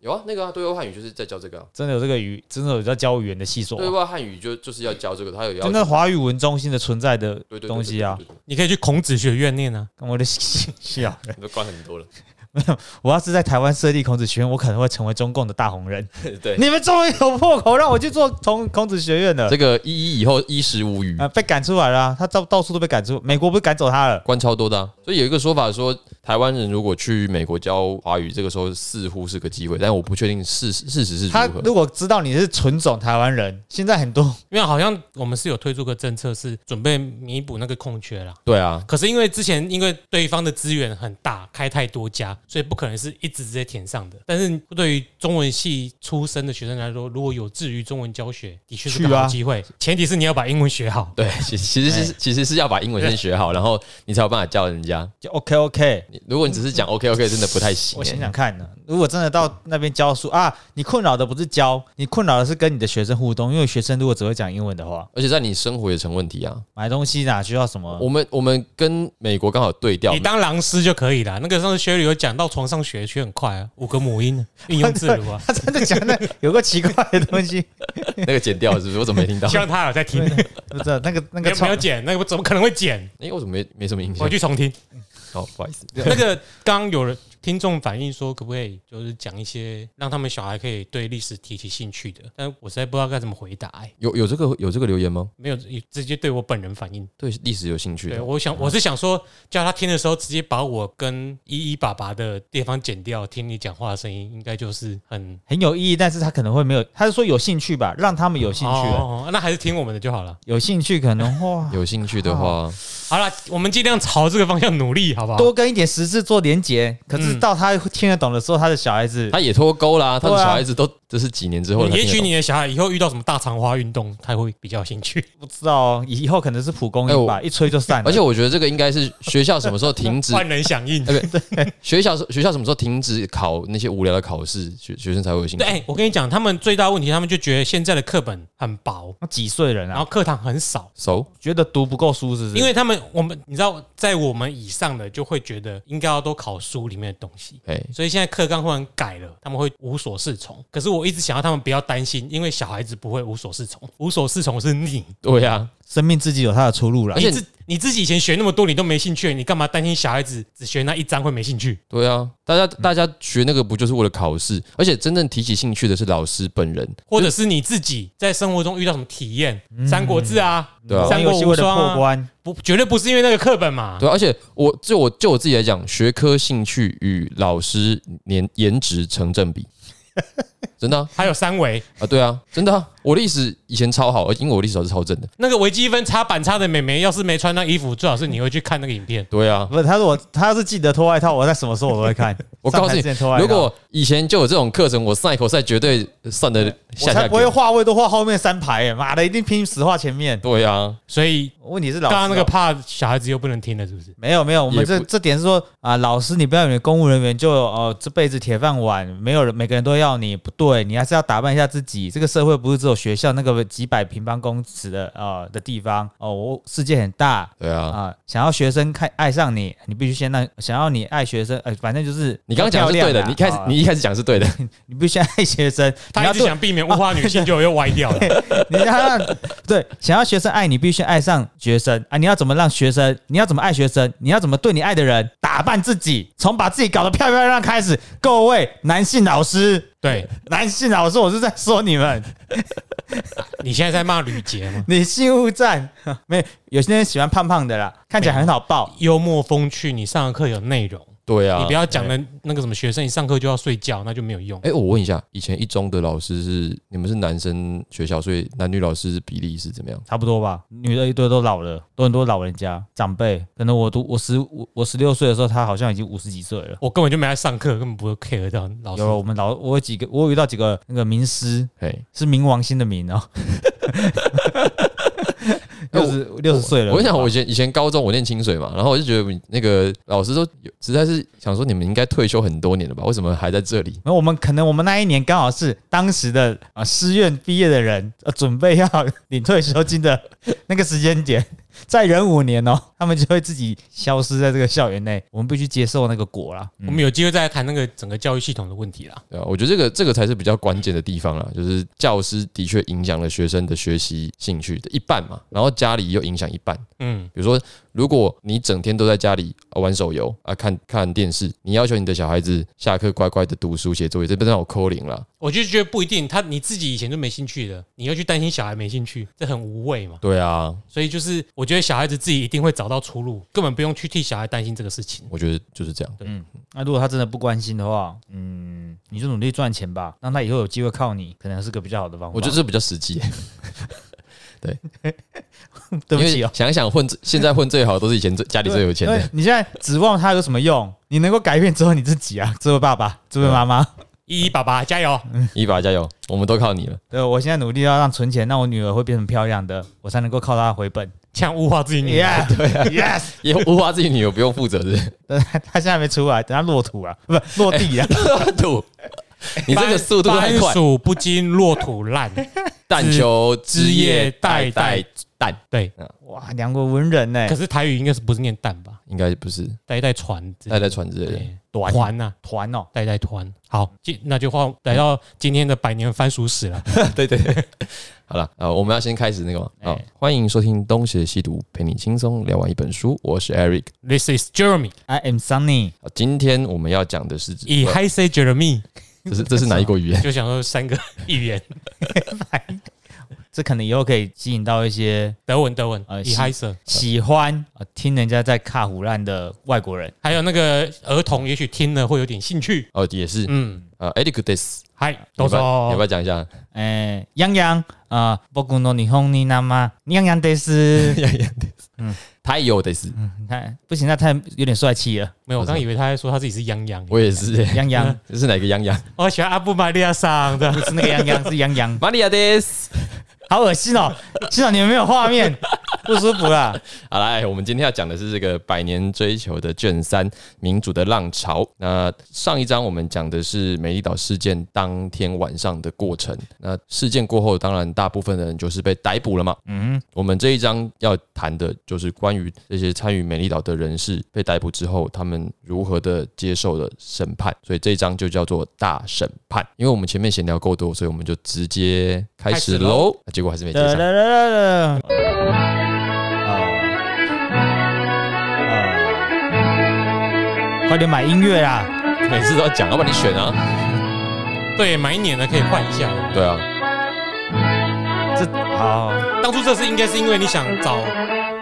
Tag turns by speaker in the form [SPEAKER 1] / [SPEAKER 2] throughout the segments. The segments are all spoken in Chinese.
[SPEAKER 1] 有啊，那个啊，对外汉语就是在教这个、啊，
[SPEAKER 2] 真的有这个语，真的有在教语言的细说
[SPEAKER 1] 对
[SPEAKER 2] 啊，
[SPEAKER 1] 外汉语就就是要教这个，他有要
[SPEAKER 2] 真的华语文中心的存在的
[SPEAKER 1] 对对对
[SPEAKER 2] 东西啊
[SPEAKER 1] 对，对对
[SPEAKER 3] 你可以去孔子学院念啊。
[SPEAKER 2] 跟我的心笑。
[SPEAKER 1] 对你都管很多 了，
[SPEAKER 2] 我要是在台湾设立孔子学院，我可能会成为中共的大红人。
[SPEAKER 1] 对，
[SPEAKER 2] 你们终于有破口让我去做孔孔子学院了
[SPEAKER 1] 这，个一一以后衣食无余，
[SPEAKER 2] 啊，被赶出来了啊、他到到处都被赶出，美国不是赶走他了？
[SPEAKER 1] 关超多的啊、所以有一个说法说，台湾人如果去美国教华语，这个时候似乎是个机会，但我不确定事事实是如
[SPEAKER 2] 他
[SPEAKER 1] 何。
[SPEAKER 2] 如果知道你是纯种台湾人，现在很多
[SPEAKER 3] 因为好像我们是有推出个政策，是准备弥补那个空缺啦。
[SPEAKER 1] 对啊，
[SPEAKER 3] 可是因为之前因为对方的资源很大，开太多家，所以不可能是一直直接填上的。但是对于中文系出身的学生来说，如果有志于中文教学，的确是
[SPEAKER 2] 去
[SPEAKER 3] 个
[SPEAKER 2] 啊
[SPEAKER 3] 好机会。前提是你要把英文学好。
[SPEAKER 1] 对，其其实
[SPEAKER 2] 哎
[SPEAKER 1] 是其实是要把英文先学好，然后你才有办法教人家。
[SPEAKER 2] 就 OK OK。
[SPEAKER 1] 你如果你只是讲 OK OK，真的不太行、
[SPEAKER 2] 嗯我想
[SPEAKER 1] 欸。
[SPEAKER 2] 想看呢，如果真的到那边教书啊，你困扰的不是教，你困扰的是跟你的学生互动，因为学生如果只会讲英文的话，
[SPEAKER 1] 而且在你生活也成问题啊！
[SPEAKER 2] 买东西哪需要什么
[SPEAKER 1] 我们我们跟美国刚好对调
[SPEAKER 3] 你，当狼师就可以了。那个上次薛律有讲到床上学，学很快啊，五个母音运用自
[SPEAKER 2] 。
[SPEAKER 3] 如啊
[SPEAKER 2] 他真的讲的有个奇怪的东 西，
[SPEAKER 1] 那个剪掉了是不是？我怎么没听到？
[SPEAKER 3] 希望他有在听，
[SPEAKER 2] 不知道 那个那
[SPEAKER 3] 没
[SPEAKER 2] 个
[SPEAKER 3] 有没
[SPEAKER 2] 创
[SPEAKER 3] 有剪，那个我怎么可能会剪？
[SPEAKER 1] 哎、我怎么没没什么印象
[SPEAKER 3] 回？去重听。
[SPEAKER 1] 哦，不好意思，
[SPEAKER 3] 那个刚有人听众反映说，可不可以就是讲一些让他们小孩可以对历史提起兴趣的？但我实在不知道该怎么回答、哎，
[SPEAKER 1] 有有这个有这个留言吗？
[SPEAKER 3] 没有直接对我本人反映。
[SPEAKER 1] 对历史有兴趣
[SPEAKER 3] 对，
[SPEAKER 1] 的，
[SPEAKER 3] 我想我是想说，叫他听的时候直接把我跟依依爸爸的地方剪掉，听你讲话的声音，应该就是很
[SPEAKER 2] 很有意义，但是他可能会没有，他是说有兴趣吧，让他们有兴趣，
[SPEAKER 3] 哦那还是听我们的就好了。
[SPEAKER 2] 有兴趣可能 哇，
[SPEAKER 1] 有兴趣的话，
[SPEAKER 3] 好了，我们尽量朝这个方向努 力，好不好？
[SPEAKER 2] 多跟一点实质做连结。可是到他听得懂的时候，他的小孩子
[SPEAKER 1] 他也脱钩啦，他的
[SPEAKER 2] 对啊
[SPEAKER 1] 小孩子都这是几年之后才听得
[SPEAKER 3] 也
[SPEAKER 1] 懂，
[SPEAKER 3] 许你的小孩以后遇到什么大肠花运动，他会比较有兴趣。
[SPEAKER 2] 不知道哦以后可能是蒲公英
[SPEAKER 3] 哦
[SPEAKER 2] 吧，一吹就散了。
[SPEAKER 1] 而且我觉得这个应该是学校什么时候停 止，
[SPEAKER 3] 万人响应。
[SPEAKER 1] 学校学校什么时候停止考那些无聊的考试，学学生才会有兴趣
[SPEAKER 3] 对，。哎我跟你讲，他们最大的问题，他们就觉得现在的课本很薄，
[SPEAKER 2] 那几岁人
[SPEAKER 3] 然
[SPEAKER 2] 啊
[SPEAKER 3] 后，课堂很少，
[SPEAKER 1] 熟
[SPEAKER 2] 觉得读不够书是不是？
[SPEAKER 3] 因为他们我们你知道，在我们以上的就会觉得应该要都考书里面的东西。
[SPEAKER 1] 哎，
[SPEAKER 3] 所以现在课纲忽然改了，他们会无所适从。可是我一直想要他们不要担心，因为小孩子不会无所适从，无所适从是你，
[SPEAKER 1] 对啊呀，
[SPEAKER 2] 生命自己有他的出路了
[SPEAKER 1] 而。且
[SPEAKER 3] 你自你自己以前学那么多，你都没兴趣，你干嘛担心小孩子只学那一章会没兴趣？
[SPEAKER 1] 对呀，大家大家学那个不就是为了考试？而且真正提起兴趣的是老师本人，
[SPEAKER 3] 或者是你自己在生活中遇到什么体验，三国志》啊，
[SPEAKER 1] 对啊
[SPEAKER 2] 嗯玩
[SPEAKER 3] 三
[SPEAKER 2] 游
[SPEAKER 3] 国
[SPEAKER 2] 戏
[SPEAKER 3] 无
[SPEAKER 2] 为了
[SPEAKER 3] 双
[SPEAKER 2] 破
[SPEAKER 3] 啊，
[SPEAKER 2] 关，
[SPEAKER 3] 不绝对不是因为那个课本嘛。
[SPEAKER 1] 对啊。而且我就我就我自己来讲，学科兴趣与老师年颜值成正比， 真的啊
[SPEAKER 3] 还有三维，
[SPEAKER 1] 啊，对啊，真的啊。我历史以前超好，而因为我历史老师超正的，
[SPEAKER 3] 那个微积分插板插的美眉，要是没穿那衣服，最好是你会去看那个影片。
[SPEAKER 1] 对啊。
[SPEAKER 2] 不是他说我他是记得脱外套，我在什么时候我都会 看。
[SPEAKER 1] 我告诉你
[SPEAKER 2] 上台之前脱外，套
[SPEAKER 1] 如果以前就有这种课程，我上一口赛绝对算的
[SPEAKER 2] 我
[SPEAKER 1] 下下
[SPEAKER 2] 才
[SPEAKER 1] 给
[SPEAKER 2] 不会画位都画后面三排耶，妈的，一定拼死画前面。
[SPEAKER 1] 对啊，
[SPEAKER 3] 所以
[SPEAKER 2] 问题是老
[SPEAKER 3] 刚
[SPEAKER 2] 师哦
[SPEAKER 3] 刚那个怕小孩子又不能听了，是不是？
[SPEAKER 2] 没有没有，我们
[SPEAKER 1] 也
[SPEAKER 2] 这
[SPEAKER 1] 不
[SPEAKER 2] 这点是说啊、老师你不要以为公务人员就哦这辈子铁饭碗，没有人每个人都要你，不对，你还是要打扮一下自己。这个社会不是只有学校那个几百平方公尺的呃的地方哦，我世界很大
[SPEAKER 1] 对
[SPEAKER 2] 啊、
[SPEAKER 1] 啊。
[SPEAKER 2] 想要学生看爱上你，你必须先让呃想要你爱学生，呃，反正就是
[SPEAKER 1] 你刚刚讲的是对的，你一开始
[SPEAKER 2] 哦
[SPEAKER 1] 你一开始讲是对的，
[SPEAKER 2] 啊你必须先爱学生，你
[SPEAKER 3] 他
[SPEAKER 2] 要
[SPEAKER 3] 一直
[SPEAKER 2] 对
[SPEAKER 3] 想避免物化女性，就又歪掉了。
[SPEAKER 2] 你要让对想要学生爱你，必须先爱上学生啊！你要怎么让学生？你要怎么爱学生？你要怎么对你爱的人打扮自己？从把自己搞得漂漂亮亮开始。各位男性老师，
[SPEAKER 3] 对
[SPEAKER 2] 男性老师，我是在说你们，
[SPEAKER 3] 你现在在骂吕杰吗？
[SPEAKER 2] 你性勿战。 没有，有些人喜欢胖胖的啦，看起来很好抱。
[SPEAKER 3] 幽默风趣，你上的课有内容，
[SPEAKER 1] 对啊。
[SPEAKER 3] 你不要讲的那个什么学生一上课就要睡觉，那就没有用。
[SPEAKER 1] 哎，我问一下，以前一中的老师是你们是男生学校，所以男女老师比例是怎么样？
[SPEAKER 2] 差不多吧，女的一堆都老了，都很多老人家长辈。可能我读我十我我十六岁的时候，他好像已经五十几岁了。
[SPEAKER 3] 我根本就没来上课，根本不会 care 到老师
[SPEAKER 2] 有。了我们老我有几个，我有遇到几个那个名师，
[SPEAKER 1] 嘿，
[SPEAKER 2] 是冥王星的冥 哦。六十六十岁了，
[SPEAKER 1] 我跟你讲，我以前以前高中我念清水嘛，然后我就觉得你那个老师都有实在是想说你们应该退休很多年了吧？为什么还在这里？
[SPEAKER 2] 那我们可能我们那一年刚好是当时的呃啊师院毕业的人，呃，准备要领退休金的那个时间点， 再忍五年哦，他们就会自己消失在这个校园内，我们必须接受那个果啦。
[SPEAKER 3] 我们有机会再来谈那个整个教育系统的问题啦。
[SPEAKER 1] 对啊，我觉得这个这个才是比较关键的地方啦，就是教师的确影响了学生的学习兴趣的一半嘛，然后家里又影响一半。
[SPEAKER 3] 嗯，
[SPEAKER 1] 比如说，如果你整天都在家里啊玩手游啊看看电视，你要求你的小孩子下课乖乖的读书写作业，这不是让我扣零了。
[SPEAKER 3] 我就觉得不一定，他你自己以前就没兴趣的，你又去担心小孩没兴趣，这很无谓嘛。
[SPEAKER 1] 对啊，
[SPEAKER 3] 所以就是我觉得小孩子自己一定会找到出路，根本不用去替小孩担心这个事情。
[SPEAKER 1] 我觉得就是这样。
[SPEAKER 2] 那如果他真的不关心的话，嗯，你就努力赚钱吧，让他以后有机会靠你，可能是个比较好的方法。
[SPEAKER 1] 我觉得这比较实际，
[SPEAKER 2] 对不起
[SPEAKER 1] 因
[SPEAKER 2] 哦
[SPEAKER 1] 为，想一想混现在混最好都是以前最家里最有钱
[SPEAKER 2] 因为
[SPEAKER 1] 的。
[SPEAKER 2] 你现在指望他有什么用？你能够改变只有你自己啊，这位爸爸，这位妈妈。
[SPEAKER 1] 啊
[SPEAKER 3] 依依爸爸 加油！
[SPEAKER 1] 一把加油，我们都靠你了。
[SPEAKER 2] 对，我现在努力要让存钱，让我女儿会变成漂亮的，我才能够靠她回本。
[SPEAKER 3] 这样物化
[SPEAKER 1] 嗯
[SPEAKER 3] 自己女儿，
[SPEAKER 2] Yeah，对、，Yes，
[SPEAKER 1] 啊 也无花自己女儿不用负责是
[SPEAKER 2] 但她她现在还没出来，等她落土啊，不落 地啊。
[SPEAKER 1] 土，你这个速度太
[SPEAKER 3] 番
[SPEAKER 1] 快。
[SPEAKER 3] 薯不经落土 烂。
[SPEAKER 1] 但求枝叶代
[SPEAKER 3] 代
[SPEAKER 1] 代
[SPEAKER 3] 代
[SPEAKER 1] 蛋，
[SPEAKER 3] 对，
[SPEAKER 2] 哇，两国文人
[SPEAKER 1] 哎
[SPEAKER 2] 呢、
[SPEAKER 3] 可是台语应该是不是念蛋吧？
[SPEAKER 1] 应该不是
[SPEAKER 3] 代代传之类
[SPEAKER 1] 代
[SPEAKER 3] 的，
[SPEAKER 1] 代传之类的。
[SPEAKER 3] 对团呐、啊，
[SPEAKER 2] 团哦，
[SPEAKER 3] 代代团。好，今那就换来到今天的百年番薯史了。
[SPEAKER 1] 对对对，好了啊，我们要先开始那个嘛。
[SPEAKER 3] 哎
[SPEAKER 1] 好，欢迎收听《东邪西毒》，陪你轻松聊完一本书。我是 Eric，
[SPEAKER 3] This is Jeremy，
[SPEAKER 2] I am Sunny，
[SPEAKER 1] 啊今天我们要讲的是，呃
[SPEAKER 3] 以 Hi say Jeremy，
[SPEAKER 1] 这是这是哪一国语言？
[SPEAKER 3] 就想说三个语言，
[SPEAKER 2] 这可能以后可以吸引到一些
[SPEAKER 3] 德文德文
[SPEAKER 1] 哎
[SPEAKER 2] 呃，
[SPEAKER 3] 以
[SPEAKER 2] 是
[SPEAKER 3] Hi say，
[SPEAKER 2] 喜欢呃听人家在卡胡烂的外国人。
[SPEAKER 3] 还有那个儿童也许听了会有点兴趣。
[SPEAKER 1] 哦，也是
[SPEAKER 3] 嗯，
[SPEAKER 1] 啊，Eric this，
[SPEAKER 3] 嗨，
[SPEAKER 1] 你要
[SPEAKER 3] 都
[SPEAKER 1] 不要你要不
[SPEAKER 3] 说嗯
[SPEAKER 1] 要讲一下？
[SPEAKER 2] 诶，洋洋啊，不古诺你哄你那么洋洋得是，
[SPEAKER 3] 嗯
[SPEAKER 1] 太有 this，
[SPEAKER 2] 你看不行，那太有点帅气了。
[SPEAKER 3] 没有，我刚以为他在说他自己是泱泱，
[SPEAKER 1] 我也是，
[SPEAKER 2] 洋洋
[SPEAKER 1] 这 是哪个洋洋？
[SPEAKER 3] 我喜欢阿布玛利亚桑的
[SPEAKER 2] 不。是那个洋洋，是洋洋，
[SPEAKER 1] 玛利亚 this。
[SPEAKER 2] 好恶心哦！幸好你们没有画面，不舒服啦。
[SPEAKER 1] 好来，我们今天要讲的是这个《百年追求》的卷三《民主的浪潮》。那上一章我们讲的是美丽岛事件当天晚上的过程。那事件过后，当然大部分的人就是被逮捕了嘛。嗯，我们这一章要谈的就是关于这些参与美丽岛的人士被逮捕之后，他们如何的接受了审判。所以这一章就叫做大审判。因为我们前面闲聊够多，所以我们就直接开始
[SPEAKER 3] 开始咯
[SPEAKER 1] 喽。啊结果还是没接
[SPEAKER 2] 哒哒
[SPEAKER 1] 上。
[SPEAKER 2] 哒 哒哒。哦哦快点买音乐啦！
[SPEAKER 1] 每次都要讲，要不然你选啊。
[SPEAKER 3] 对，满一年了可以换一下了。
[SPEAKER 1] 对啊，
[SPEAKER 2] 这好，
[SPEAKER 3] 当初这是应该是因为你想找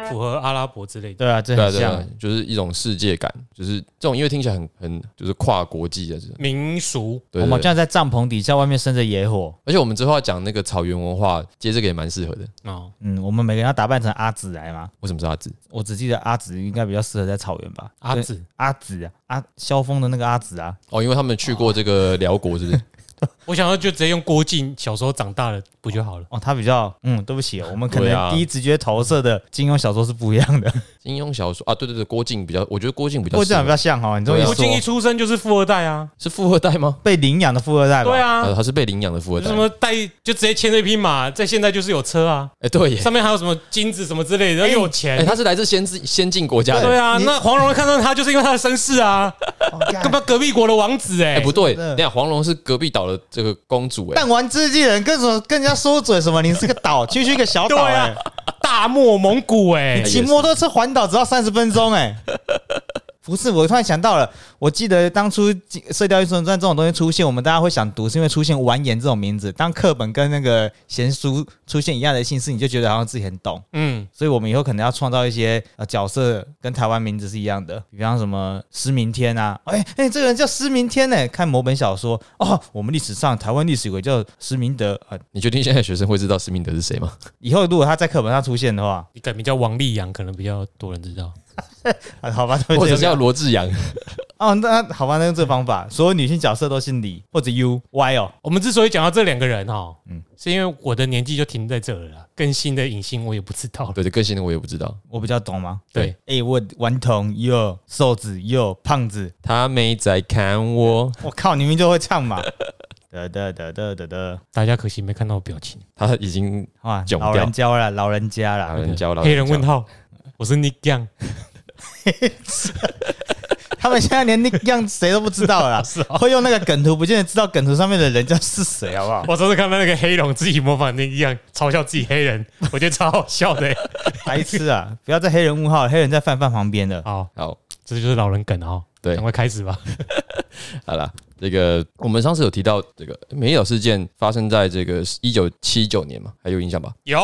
[SPEAKER 3] 符合阿拉伯之类的。
[SPEAKER 2] 对啊，这
[SPEAKER 1] 对啊，
[SPEAKER 2] 很
[SPEAKER 1] 对啊
[SPEAKER 2] 像，，
[SPEAKER 1] 就是一种世界感，就是这种音乐听起来很很就是跨国际的，是
[SPEAKER 3] 民俗
[SPEAKER 1] 对
[SPEAKER 2] 我
[SPEAKER 1] 对
[SPEAKER 2] 们好
[SPEAKER 1] 对。
[SPEAKER 2] 像在帐篷底下，外面生着野火。
[SPEAKER 1] 而且我们之后要讲那个草原文化，接这个也蛮适合的。
[SPEAKER 3] 哦，
[SPEAKER 2] 嗯，我们每个人要打扮成阿紫来嘛。
[SPEAKER 1] 为什么是阿紫？
[SPEAKER 2] 我只记得阿紫应该比较适合在草原吧。
[SPEAKER 3] 阿
[SPEAKER 2] 对
[SPEAKER 3] 紫，
[SPEAKER 2] 阿紫啊，阿萧峰的那个阿紫啊，
[SPEAKER 1] 哦，因为他们去过这个辽国，是不 是？
[SPEAKER 3] 我想要就直接用郭靖小时候长大了不就好了？
[SPEAKER 2] 哦，他比较嗯，对不起哦，我们可
[SPEAKER 1] 对啊
[SPEAKER 2] 能第一直觉投射的金庸小说是不一样的，
[SPEAKER 1] 金庸小说啊，对对对，郭靖比较，我觉得郭靖比较
[SPEAKER 2] 郭
[SPEAKER 1] 适
[SPEAKER 2] 靖
[SPEAKER 1] 合，
[SPEAKER 2] 比较像哈，你这么一
[SPEAKER 3] 郭
[SPEAKER 2] 说
[SPEAKER 3] 靖，一出生就是富二代啊，
[SPEAKER 1] 是富二代吗？
[SPEAKER 2] 被领养的富二代吧？
[SPEAKER 3] 对
[SPEAKER 1] 啊，
[SPEAKER 3] 啊，
[SPEAKER 1] 他是被领养的富
[SPEAKER 3] 有
[SPEAKER 1] 二代
[SPEAKER 3] 什。么带就直接牵着一匹马，在现在就是有车啊，
[SPEAKER 1] 哎，对耶，
[SPEAKER 3] 上面还有什么金子什么之类的，又有
[SPEAKER 1] 哎，
[SPEAKER 3] 钱。
[SPEAKER 1] 他是来自先知先进国家
[SPEAKER 3] 对
[SPEAKER 1] 的。
[SPEAKER 3] 啊，
[SPEAKER 2] 你
[SPEAKER 3] 那黄蓉看上他就是因为他的身世啊，
[SPEAKER 2] 哦，
[SPEAKER 3] 根
[SPEAKER 2] 干
[SPEAKER 3] 本隔壁国的王子哎
[SPEAKER 1] 哎，，不对，
[SPEAKER 2] 真的
[SPEAKER 1] 等一下黄蓉是隔壁岛的这个公主，哎，
[SPEAKER 2] 弹丸之地人跟什么跟人家说嘴什么？你是个岛，区区一个小
[SPEAKER 3] 对
[SPEAKER 2] 岛
[SPEAKER 3] 啊
[SPEAKER 2] 哎，，
[SPEAKER 3] 大漠蒙古哎
[SPEAKER 1] 也是
[SPEAKER 2] 骑摩托车环岛只要三十分钟哎。不是，我突然想到了，我记得当初《射雕英雄传》这种东西出现，我们大家会想读，是因为出现完颜这种名字。当课本跟那个闲书出现一样的姓氏，你就觉得好像自己很懂。
[SPEAKER 3] 嗯，
[SPEAKER 2] 所以我们以后可能要创造一些呃角色跟台湾名字是一样的，比方什么施明天啊，哎、哎、这个人叫施明天呢、看某本小说哦，我们历史上台湾历史有个叫施明德啊、
[SPEAKER 1] 你确定现在学生会知道施明德是谁吗？
[SPEAKER 2] 以后如果他在课本上出现的话，
[SPEAKER 3] 你改名叫王立阳，可能比较多人知道。
[SPEAKER 2] 啊、好吧，
[SPEAKER 1] 或者叫
[SPEAKER 2] 叫
[SPEAKER 1] 罗志阳？
[SPEAKER 2] 哦，那好吧，那用这个方法，所有女性角色都姓李或者 U Y 哦，
[SPEAKER 3] 我们之所以讲到这两个人哈，嗯，是因为我的年纪就停在这了啦，更新的影星我也不知道了。
[SPEAKER 1] 对对，更新的我也不知道。
[SPEAKER 2] 我比较懂吗？
[SPEAKER 3] 对，
[SPEAKER 2] 哎、我顽童哟，瘦子哟，胖子，
[SPEAKER 1] 他没在看我。
[SPEAKER 2] 我靠，你们就会唱嘛，得得得得得得，
[SPEAKER 3] 大家可惜没看到我表情。
[SPEAKER 1] 他已经
[SPEAKER 2] 哇，
[SPEAKER 1] 囧
[SPEAKER 2] 老
[SPEAKER 1] 掉
[SPEAKER 2] 人家了，老人家
[SPEAKER 1] 老
[SPEAKER 2] 了，
[SPEAKER 1] 人教老
[SPEAKER 3] 黑人问
[SPEAKER 1] 他，
[SPEAKER 3] 号，我是 Nick Young，
[SPEAKER 2] 他们现在连那个样子谁都不知道了啦， 是啊会用那个梗图，不见得知道梗图上面的人叫是谁，好不 好？
[SPEAKER 3] 我上次看到那个黑龙自己模仿 Nick Young 嘲笑自己黑人，我觉得超好笑的、欸
[SPEAKER 2] 白痴啊！不要再黑人问号了，黑人在范范旁边的。
[SPEAKER 3] 好，
[SPEAKER 1] 好，
[SPEAKER 3] 这就是老人梗哦。
[SPEAKER 1] 对
[SPEAKER 3] 赶快开始吧。
[SPEAKER 1] 好了，这个我们上次有提到这个美岛事件发生在这个一九七九年嘛，还有印象吧？
[SPEAKER 3] 有，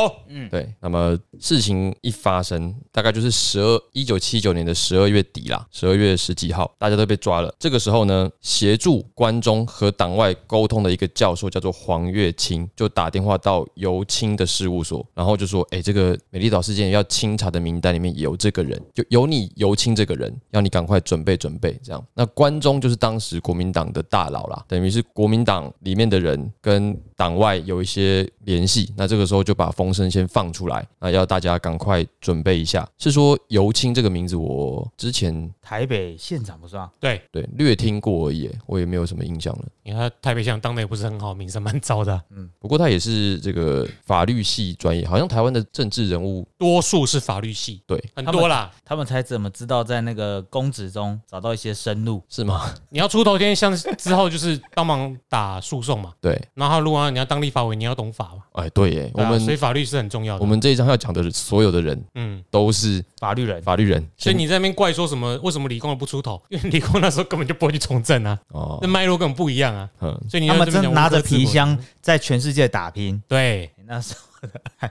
[SPEAKER 1] 对，那么事情一发生，大概就是十二一九七九年的十二月底啦，十二月十几号，大家都被抓了。这个时候呢，协助关中和党外沟通的一个教授叫做黄月清，就打电话到尤清的事务所，然后就说：“哎、这个美丽岛事件要清查的名单里面有这个人，就有你尤清这个人，要你赶快准备准备。”这样，那关中就是当时国民党的大佬啦，等于是国民党里面的人跟党外有一些联系，那这个时候就把风声先放出来，那要大家赶快准备一下。是说尤清这个名字，我之前
[SPEAKER 2] 台北县长不是啊吗？
[SPEAKER 3] 对，
[SPEAKER 1] 对略听过而已，我也没有什么印象了。
[SPEAKER 3] 你看台北乡当的也不是很好，名声蛮糟的啊、
[SPEAKER 1] 不过他也是这个法律系专业，好像台湾的政治人物
[SPEAKER 3] 多数是法律系，
[SPEAKER 1] 对
[SPEAKER 3] 很多啦。
[SPEAKER 2] 他们才怎么知道在那个公职中找到一些生路？
[SPEAKER 1] 是吗？
[SPEAKER 3] 你要出头天，像之后就是帮忙打诉讼嘛。
[SPEAKER 1] 对，
[SPEAKER 3] 然后如果你要当立法委，你要懂法嘛。
[SPEAKER 1] 哎，对耶，我
[SPEAKER 3] 对啊所以
[SPEAKER 1] 们
[SPEAKER 3] 法律是很重要的。
[SPEAKER 1] 我们这一章要讲的所有的人
[SPEAKER 3] 嗯，
[SPEAKER 1] 都是
[SPEAKER 2] 法律人
[SPEAKER 1] 法律人，
[SPEAKER 3] 所以你在那边怪说什么？为什么理工的不出头？因为理工那时候根本就不会去从政啊，
[SPEAKER 1] 哦
[SPEAKER 3] 那，脉络根本不一样啊。
[SPEAKER 1] 嗯，
[SPEAKER 3] 所以你
[SPEAKER 2] 他们
[SPEAKER 3] 在这
[SPEAKER 2] 真
[SPEAKER 3] 边讲
[SPEAKER 2] 拿着
[SPEAKER 3] 文科之
[SPEAKER 2] 皮
[SPEAKER 3] 国，
[SPEAKER 2] 箱在全世界打拼。
[SPEAKER 3] 对，
[SPEAKER 2] 那时候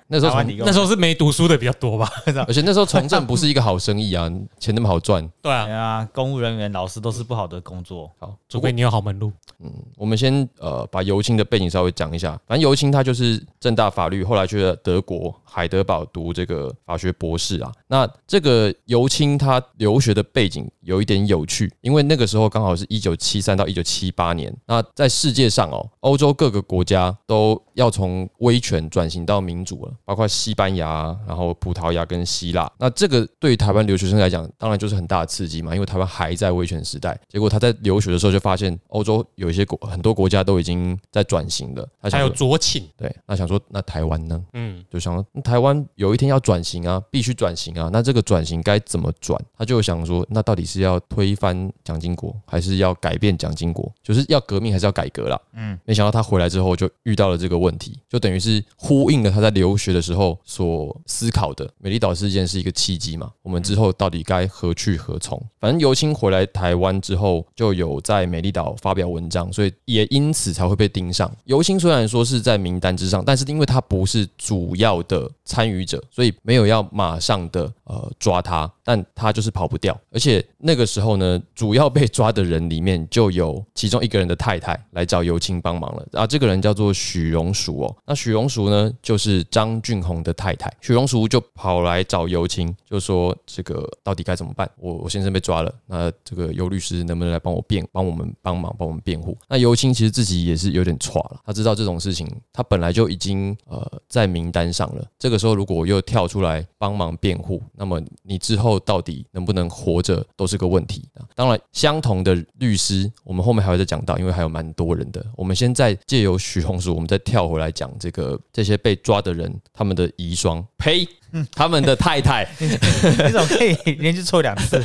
[SPEAKER 1] 那时候
[SPEAKER 2] 台湾
[SPEAKER 1] 从
[SPEAKER 2] 理工
[SPEAKER 3] 那时候是没读书的比较多吧？
[SPEAKER 1] 而且那时候从政不是一个好生意啊，钱那么好赚。
[SPEAKER 3] 对
[SPEAKER 2] 对
[SPEAKER 3] 啊，
[SPEAKER 2] 啊，公务人员、老师都是不好的工 作。
[SPEAKER 1] 好，
[SPEAKER 3] 除非你有好门路。
[SPEAKER 1] 我们先呃把尤青的背景稍微讲一下。反正尤青他就是正大法律，后来去了德国海德堡读这个法学博士啊。那这个尤青他留学的背景有一点有趣，因为那个时候刚好是一九七三到一九七八年。那在世界上哦，欧洲各个国家都要从威权转型到民主了，包括西班牙，然后葡萄牙跟希腊。那这个对于台湾留学生来讲，当然就是很大的刺激嘛，因为台湾还在威权时代。结果他在留学的时候就发现，欧洲有一些国很多国家都已经在转型了。他
[SPEAKER 3] 还
[SPEAKER 1] 想
[SPEAKER 3] 有
[SPEAKER 1] 说
[SPEAKER 3] 酌情，
[SPEAKER 1] 对，那想说那台湾呢？
[SPEAKER 3] 嗯，
[SPEAKER 1] 就想说嗯台湾有一天要转型啊，必须转型啊。那这个转型该怎么转？他就想说，那到底是要推翻蒋经国，还是要改变蒋经国？就是要革命，还是要改革啦？嗯，没想到他回来之后就遇到了这个问题，就等于是呼应了他在留学的时候所思考的。美丽岛事件是一个契机嘛，我们之后到底该何去何从？反正尤青回来台湾之后，就有在美丽岛发表文章，所以也因此才会被盯上。尤青虽然说是在名单之上，但是因为他不是主要的参与者，所以没有要马上的呃抓他，但他就是跑不掉。而且那个时候呢，主要被抓的人里面就有其中一个人的太太来找尤青帮忙了啊，这个人叫做许荣淑哦。那许荣淑呢，就是张俊宏的太太。许荣淑就跑来找尤青，就说这个到底该怎么办？我我先生被抓了，那这个尤律师能不能来帮我辩，帮我们帮忙帮我们辩护？那尤青其实自己也是有点歘了，他知道这种事情，他本来就已经呃在名单上了。这个时候如果我又跳出来帮忙辩护，那么你之后到底能不能活着都是个问题。啊当然，相同的律师，我们后面还会再讲到，因为还有蛮多人的。我们先再借由许红薯，我们再跳回来讲这个这些被抓的人他们的遗孀，呸，他们的太太。
[SPEAKER 2] 这种可以连续错两次，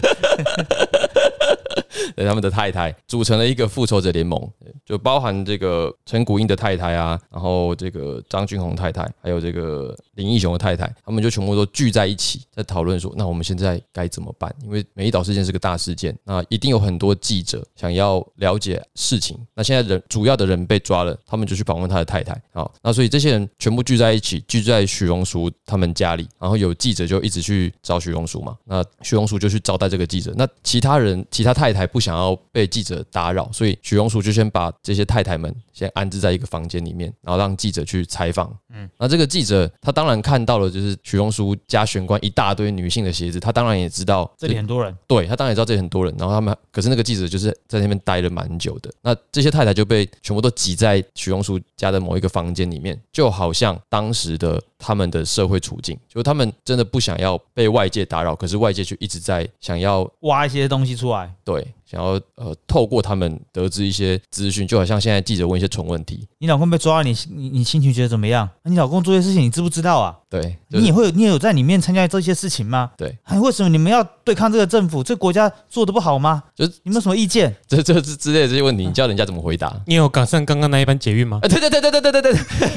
[SPEAKER 1] 对他们的太太组成了一个复仇者联盟，对就包含这个陈谷英的太太啊，然后这个张俊宏太太，还有这个林义雄的太太，他们就全部都聚在一起，在讨论说，那我们现在该怎么办？因为美丽岛事件是个大事件，那一定有很多记者想要了解事情。那现在人主要的人被抓了，他们就去访问他的太太。好，那所以这些人全部聚在一起，聚在许荣淑他们家里，然后有记者就一直去找许荣淑嘛，那许荣淑就去招待这个记者。那其他人，其他太太不想要被记者打扰，所以许荣淑就先把这些太太们先安置在一个房间里面，然后让记者去采访。嗯，那这个记者他当然看到了，就是许荣淑加玄关一大堆女性的鞋子，他当然也知道
[SPEAKER 2] 这里很多人。
[SPEAKER 1] 对他当然也知道这里很多人，然后他们可是那个记者就是在那边待了蛮久的，那这些太太就被全部都挤在许荣淑家的某一个房间里面，就好像当时的他们的社会处境，就是他们真的不想要被外界打扰，可是外界却一直在想要
[SPEAKER 2] 挖一些东西出来，
[SPEAKER 1] 对，想要呃透过他们得知一些资讯，就好像现在记者问一些蠢问题，
[SPEAKER 2] 你老公被抓了，你你你心情觉得怎么样？啊你老公做这些事情，你知不知道啊？
[SPEAKER 1] 对，就
[SPEAKER 2] 你
[SPEAKER 1] 是
[SPEAKER 2] 也会有你也有在里面参加这些事情吗？
[SPEAKER 1] 对
[SPEAKER 2] 哎，为什么你们要对抗这个政府？这国家做的不好吗？
[SPEAKER 1] 就是
[SPEAKER 2] 你们有什么 意见？
[SPEAKER 1] 这这这之类的这些问题，你叫人家怎么回答？
[SPEAKER 3] 你有赶上刚刚那一班捷运吗？
[SPEAKER 1] 啊，对对对对对对对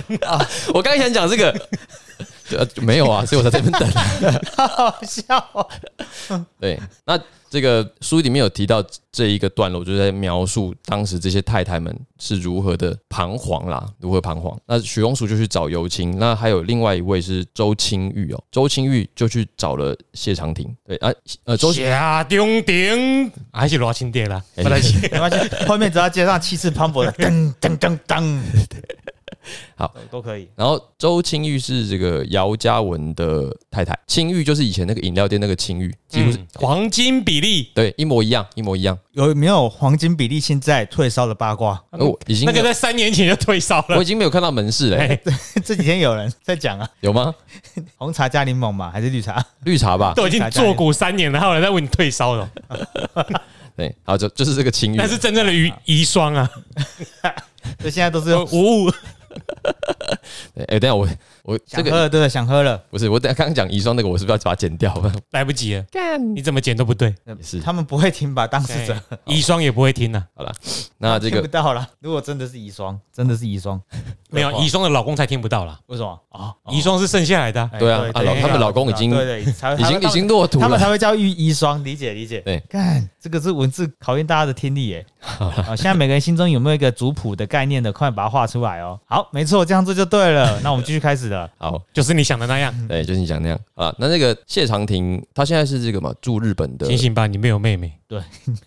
[SPEAKER 1] 对啊！我刚才想讲这个，呃，没有啊，所以我在这边等。
[SPEAKER 2] 好笑、哦，
[SPEAKER 1] 对，那这个书里面有提到这一个段落，就是在描述当时这些太太们是如何的彷徨啦，如何彷徨。那许荣淑就去找尤青，那还有另外一位是周清玉哦，周清玉就去找了谢长廷。对啊，呃，周
[SPEAKER 3] 下中庭啊还是罗清点啦，
[SPEAKER 1] 哎
[SPEAKER 3] 不然是
[SPEAKER 2] 没关系，后面只要接上气势磅 礴的噔噔噔噔，
[SPEAKER 1] 好
[SPEAKER 2] 对，都可以。
[SPEAKER 1] 然后周清玉是这个姚嘉文的太太，清玉就是以前那个饮料店那个清玉，几乎是、
[SPEAKER 3] 嗯黄金比例。
[SPEAKER 1] 对一模一样，一模一样。
[SPEAKER 2] 有没有黄金比例现在退烧的八卦？
[SPEAKER 1] 而我哦已经
[SPEAKER 3] 啊那
[SPEAKER 1] 没
[SPEAKER 3] 个
[SPEAKER 1] 有
[SPEAKER 3] 在三年前就退烧
[SPEAKER 1] 我
[SPEAKER 3] 了
[SPEAKER 1] 已，经没有看到门市了、
[SPEAKER 3] 哎，
[SPEAKER 2] 这几天有人在讲啊，
[SPEAKER 1] 有吗？
[SPEAKER 2] 红茶加柠檬嘛，还是绿茶？
[SPEAKER 1] 绿茶吧，
[SPEAKER 3] 都已经坐骨三年了，还有人在问你退烧了，
[SPEAKER 1] 对，好，就就是这个清玉
[SPEAKER 3] 那。是真正的遗遗孀啊，
[SPEAKER 2] 所以现在都是
[SPEAKER 1] 哦
[SPEAKER 2] 啊
[SPEAKER 3] 呃无误
[SPEAKER 1] 对哎、等一下我我这
[SPEAKER 2] 想
[SPEAKER 1] 个
[SPEAKER 2] 喝了，对不对？想喝了，
[SPEAKER 1] 不是，我等下刚刚讲遗孀那个，我是不是要把它剪 掉？
[SPEAKER 3] 来不及了，
[SPEAKER 1] 干
[SPEAKER 3] 你怎么剪都不对，
[SPEAKER 1] 是
[SPEAKER 2] 他们不会听吧？当事者
[SPEAKER 3] 哎遗孀也不会听呐，啊
[SPEAKER 1] 那这
[SPEAKER 2] 听不
[SPEAKER 1] 个
[SPEAKER 2] 到了。如果真的是遗孀，真的是遗孀，
[SPEAKER 3] 没有
[SPEAKER 2] 对吧
[SPEAKER 3] 遗孀的老公才听不到啦，
[SPEAKER 2] 为什么啊？哦
[SPEAKER 3] 遗孀是剩下来的啊，
[SPEAKER 2] 哎
[SPEAKER 1] 对啊啊老他们老公已经
[SPEAKER 2] 对对，才
[SPEAKER 1] 已
[SPEAKER 2] 他
[SPEAKER 1] 经
[SPEAKER 2] 们他
[SPEAKER 1] 已
[SPEAKER 2] 们
[SPEAKER 1] 经落土
[SPEAKER 2] 他们才
[SPEAKER 1] 了。
[SPEAKER 2] 会叫玉遗孀，理解理解。
[SPEAKER 1] 对，
[SPEAKER 2] 看这个是文字考验大家的听力 耶。啊，现在每个人心中有没有一个族谱的概念的，快把它画出来哦。好，没错，这样做就对了。那我们继续开始了。
[SPEAKER 1] 好，
[SPEAKER 3] 就是你想的那样。
[SPEAKER 1] 对，就是你讲那样啊。那那个谢长廷，他现在是这个嘛，驻日本的
[SPEAKER 3] 醒醒吧，你没有妹妹，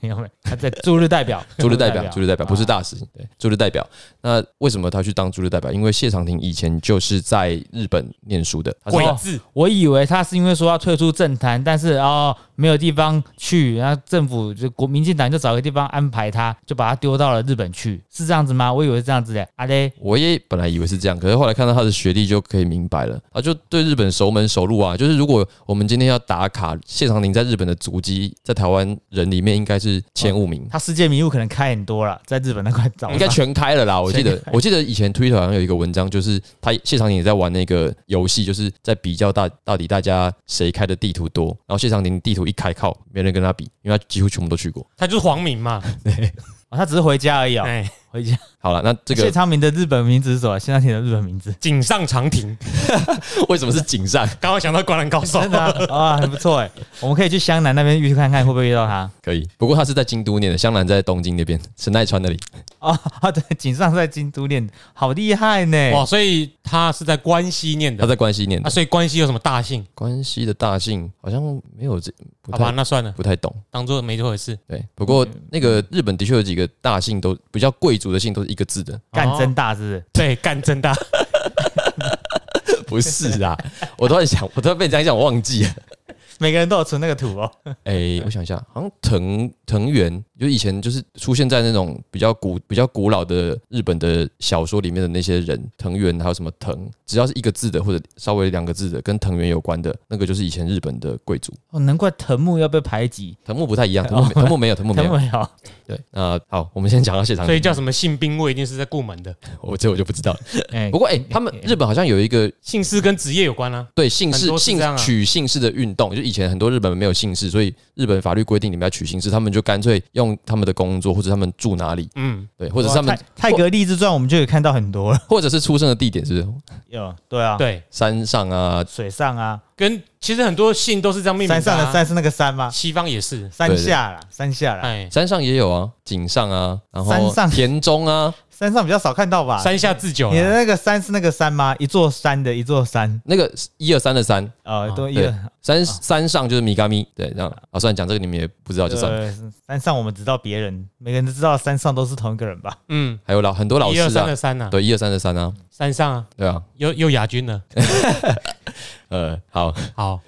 [SPEAKER 2] 没有没有，他在驻日代表，
[SPEAKER 1] 驻日代表，驻日代表不是
[SPEAKER 2] 啊
[SPEAKER 1] 大使，对，驻日代表。那为什么他去当驻日代表？因为谢长廷以前就是在日本念书的，他啊是
[SPEAKER 3] 鬼字
[SPEAKER 2] 我以为他是因为说要退出政坛，但是哦没有地方去，然后政府就国民进党就找个地方安排他，就把他丢到了日本去，是这样子吗？我以为是这样子的。阿、嘞，
[SPEAKER 1] 我也本来以为是这样，可是后来看到他的学历就可以明白了，他就对日本熟门熟路啊。就是如果我们今天要打卡谢长廷在日本的足迹，在台湾人里面应该是前五名，
[SPEAKER 2] 他世界名录可能开很多了，在日本那块找
[SPEAKER 1] 应该嗯全开了啦。我记得我记得以前 Twitter 好像有一个文章，就是他谢长廷也在玩那个游戏，就是在比较大到底大家谁开的地图多。然后谢长廷地图一开靠，没人跟他比，因为他几乎全部都去过。
[SPEAKER 3] 他就是皇民嘛，
[SPEAKER 2] 哦，他只是回家而已哦，
[SPEAKER 3] 哎，
[SPEAKER 2] 回家。
[SPEAKER 1] 好了，那 这
[SPEAKER 2] 谢
[SPEAKER 1] 个
[SPEAKER 2] 长明的日本名字是什么？谢长廷的日本名字
[SPEAKER 3] 锦上长亭，
[SPEAKER 1] 为什么是井上？
[SPEAKER 3] 刚刚想到《灌篮高手
[SPEAKER 2] 真》，的啊，啊很不错哎，我们可以去湘南那边遇看看，会不会遇到他？
[SPEAKER 1] 可以，不过他是在京都念的，香兰在东京那边，神奈川那里。
[SPEAKER 2] 哦， 啊对，井上在京都念，好厉害呢！
[SPEAKER 3] 哇，所以他是在关西念
[SPEAKER 1] 他
[SPEAKER 3] 的，
[SPEAKER 1] 在关西念的
[SPEAKER 3] 啊，。所以关西有什么大姓？
[SPEAKER 1] 关系的大姓好像没有这不
[SPEAKER 3] 好吧，
[SPEAKER 1] 太
[SPEAKER 3] 那算了，
[SPEAKER 1] 不太懂。
[SPEAKER 3] 当做没这回事。
[SPEAKER 1] 对，不过那个日本的确有几个大姓都比较贵族的姓都是一个字的，
[SPEAKER 2] 干
[SPEAKER 3] 哦
[SPEAKER 2] 真大是不是？
[SPEAKER 3] 对，干真大，
[SPEAKER 1] 不是啊？ 我突然想，我突然被你这样一讲，我忘记了。
[SPEAKER 2] 每个人都有存那个图哦。
[SPEAKER 1] 哎、我想一下，好像藤藤原，就以前就是出现在那种比较古、比较古老的日本的小说里面的那些人，藤原还有什么藤，只要是一个字的或者稍微两个字的跟藤原有关的，那个就是以前日本的贵族。
[SPEAKER 2] 哦，难怪藤木要被排挤。
[SPEAKER 1] 藤木不太一样，藤木没藤木没有藤木没
[SPEAKER 2] 藤木
[SPEAKER 1] 有。
[SPEAKER 2] 没有，
[SPEAKER 1] 对，那、好，我们先讲到现场。
[SPEAKER 3] 所以叫什么信兵卫一定是在固门的，
[SPEAKER 1] 我这我就不知 道了。
[SPEAKER 2] 哎
[SPEAKER 1] 不过哎、欸他们日本好像有一个
[SPEAKER 3] 姓氏跟职业有关啊。
[SPEAKER 1] 对姓
[SPEAKER 3] 很
[SPEAKER 1] 氏
[SPEAKER 3] 多是
[SPEAKER 1] 姓
[SPEAKER 3] 这样啊
[SPEAKER 1] 取姓氏的运动，就以前很多日本人没有姓氏，所以日本法律规定你们要取姓氏，他们就干脆用他们的工作或者他们住哪里，
[SPEAKER 3] 嗯，
[SPEAKER 1] 对，或者是他们
[SPEAKER 2] 哇泰泰格励志传，我们就有看到很多了。
[SPEAKER 1] 或者是出生的地点是不是
[SPEAKER 2] 有，对啊，，
[SPEAKER 3] 嗯对，
[SPEAKER 1] 山上啊，
[SPEAKER 2] 水上啊，
[SPEAKER 3] 跟其实很多姓都是这样命名
[SPEAKER 2] 山上
[SPEAKER 3] 的
[SPEAKER 2] 的
[SPEAKER 3] 啊，
[SPEAKER 2] 山是那个山吗？
[SPEAKER 3] 西方也是，
[SPEAKER 2] 山下啦，山下啦，
[SPEAKER 3] 哎，
[SPEAKER 1] 山上也有啊，井上啊，然
[SPEAKER 2] 山
[SPEAKER 1] 后
[SPEAKER 2] 上
[SPEAKER 1] 田中啊，
[SPEAKER 2] 山上比较少看到吧？
[SPEAKER 3] 山下智久
[SPEAKER 2] 你的
[SPEAKER 3] 啊，
[SPEAKER 2] 那个山是那个山吗？一座山的一座山，
[SPEAKER 1] 那个一二三的三
[SPEAKER 2] 呃，
[SPEAKER 3] 啊
[SPEAKER 2] 都一
[SPEAKER 1] 对
[SPEAKER 2] 个。
[SPEAKER 1] 山山上就是米嘎咪，对，这样啊，算了，讲这个你们也不知
[SPEAKER 3] 哦
[SPEAKER 1] 道就算了。
[SPEAKER 2] 呃山上我们知道别人，每个人都知道山上都是同一个人吧？
[SPEAKER 3] 嗯，
[SPEAKER 1] 还有老很多老
[SPEAKER 3] 一
[SPEAKER 1] 师
[SPEAKER 3] 二三
[SPEAKER 1] 啊
[SPEAKER 3] 的，三啊，
[SPEAKER 1] 对，一二三的三啊，
[SPEAKER 3] 山上啊，
[SPEAKER 1] 对啊，
[SPEAKER 3] 又又亚军了。
[SPEAKER 1] 呃，好，
[SPEAKER 3] 好，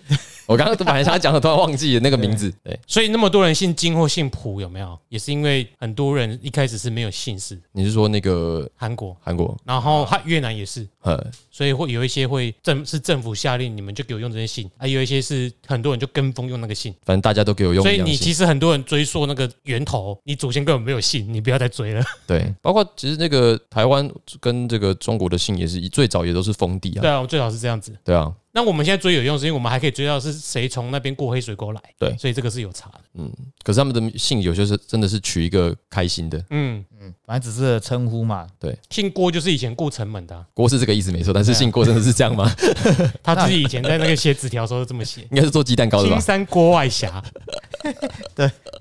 [SPEAKER 1] 我刚刚本来想讲的，突然忘记了那个名字。对，
[SPEAKER 3] 所以那么多人姓金或姓朴，有没有？也是因为很多人一开始是没有姓氏，
[SPEAKER 1] 你是说那个
[SPEAKER 3] 韩国，
[SPEAKER 1] 韩国？
[SPEAKER 3] 然后他越南也是，
[SPEAKER 1] 呃，
[SPEAKER 3] 所以会有一些会政是政府下令你们就给我用这些姓，啊，有一些是很多人就跟风用那个姓，
[SPEAKER 1] 反正大家都给我用
[SPEAKER 3] 所
[SPEAKER 1] 一
[SPEAKER 3] 以
[SPEAKER 1] 样
[SPEAKER 3] 你
[SPEAKER 1] 姓。
[SPEAKER 3] 其实很多人追溯那个源头，你祖先根本没 有姓，你不要再追了。
[SPEAKER 1] 对，包括其实那个台湾跟这个中国的姓也是一最早也都是封地啊
[SPEAKER 3] 对。啊，我们最好是这样子。
[SPEAKER 1] 对啊，
[SPEAKER 3] 那我们现在追有用，是因为我们还可以追到是谁从那边过黑水沟来。
[SPEAKER 1] 对
[SPEAKER 3] 所以这个是有查的。
[SPEAKER 1] 嗯可是他们的姓有些是真的是取一个开心的，
[SPEAKER 3] 嗯，
[SPEAKER 2] 反正只是称呼嘛。
[SPEAKER 3] 姓郭就是以前顾城门的啊、
[SPEAKER 1] 郭是这个意思没错，但是姓郭真的是这样 吗？。
[SPEAKER 3] 他自己以前在那个写纸条的时候就这么写
[SPEAKER 1] 应该是做鸡蛋糕的吧
[SPEAKER 3] 青？山郭外侠，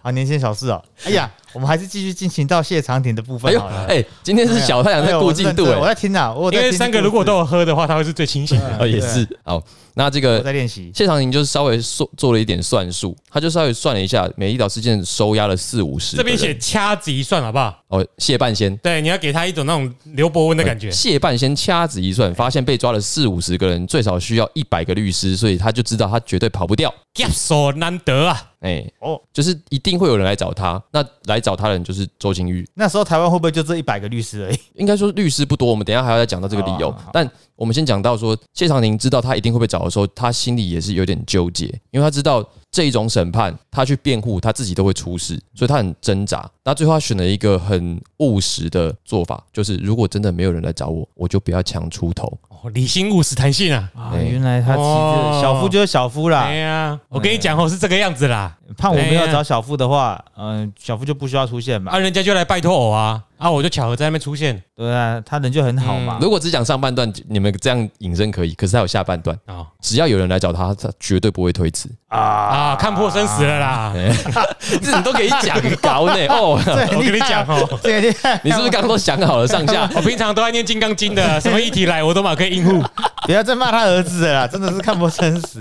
[SPEAKER 2] 好，年轻小事哦。哎呀，我们还是继续进行到谢长廷的部
[SPEAKER 1] 哎
[SPEAKER 2] 分
[SPEAKER 1] 呦，
[SPEAKER 2] 好了。
[SPEAKER 1] 哎，今天是小太阳在
[SPEAKER 2] 过
[SPEAKER 1] 过进度，
[SPEAKER 2] 我
[SPEAKER 1] 哎，
[SPEAKER 2] 在听啊，我有
[SPEAKER 3] 因
[SPEAKER 2] 在
[SPEAKER 3] 为
[SPEAKER 2] 听
[SPEAKER 3] 三个如果都有喝的话，他会是最清醒的。
[SPEAKER 1] 哦也是。好，那这
[SPEAKER 3] 呃
[SPEAKER 2] 我
[SPEAKER 1] 个
[SPEAKER 2] 在啊练习。
[SPEAKER 1] 谢长廷就是稍微做做了一点算术，他就稍微算了一下，美丽岛事件收押了四五十
[SPEAKER 3] 这
[SPEAKER 1] 个人，
[SPEAKER 3] 边写掐指一算好不好？
[SPEAKER 1] 哦谢半仙。
[SPEAKER 3] 对，你要给他一种那种刘伯温的感觉。
[SPEAKER 1] 谢半仙掐指一算，发现被抓了四五十个人，最少需要一百个律师，所以他就知道他绝对跑不掉。
[SPEAKER 3] gap 手难得啊！
[SPEAKER 1] 哎、
[SPEAKER 2] 哦
[SPEAKER 1] 哦，就是一定会有人来找他。那来找他的人就是周金玉。
[SPEAKER 2] 那时候台湾会不会就这一百个律师而已？
[SPEAKER 1] 应该说律师不多，我们等一下还要再讲到这个理由。
[SPEAKER 2] 好好好
[SPEAKER 1] 但我们先讲到说，谢长廷知道他一定会被找的时候，他心里也是有点纠结，因为他知道这一种审判，他去辩护他自己都会出事，所以他很挣扎。那最后他选了一个很务实的做法，就是如果真的没有人来找我，我就不要强出头。
[SPEAKER 3] 哦，理性务实弹性啊！
[SPEAKER 2] 啊，
[SPEAKER 1] 哎
[SPEAKER 2] 原来他其实
[SPEAKER 3] 哦
[SPEAKER 2] 小夫就是小夫啦
[SPEAKER 3] 哎。呀，我跟你讲哦，是这个样子啦。
[SPEAKER 2] 判我没有
[SPEAKER 3] 哎呀
[SPEAKER 2] 找小夫的话，嗯，小夫就不需要出现嘛
[SPEAKER 3] 啊，。人家就来拜托我啊，啊，我就巧合在那边出现
[SPEAKER 2] 对啊，他人就很好嘛。
[SPEAKER 3] 嗯
[SPEAKER 1] 如果只讲上半段，你们这样引申可以，可是他有下半段，
[SPEAKER 3] 哦
[SPEAKER 1] 只要有人来找他，他绝对不会推辞。
[SPEAKER 2] 啊
[SPEAKER 3] 啊，看哎破生死了啦。
[SPEAKER 1] 这你都可以讲搞呢 哦，
[SPEAKER 3] 我跟你讲哦，
[SPEAKER 2] 这个厉害，
[SPEAKER 1] 你是不是刚刚都想好了上下？
[SPEAKER 3] 我平常都在念《金刚经》的，什么议题来我都马可以应付。
[SPEAKER 2] 不要再骂他儿子了啦，真的是看破生死。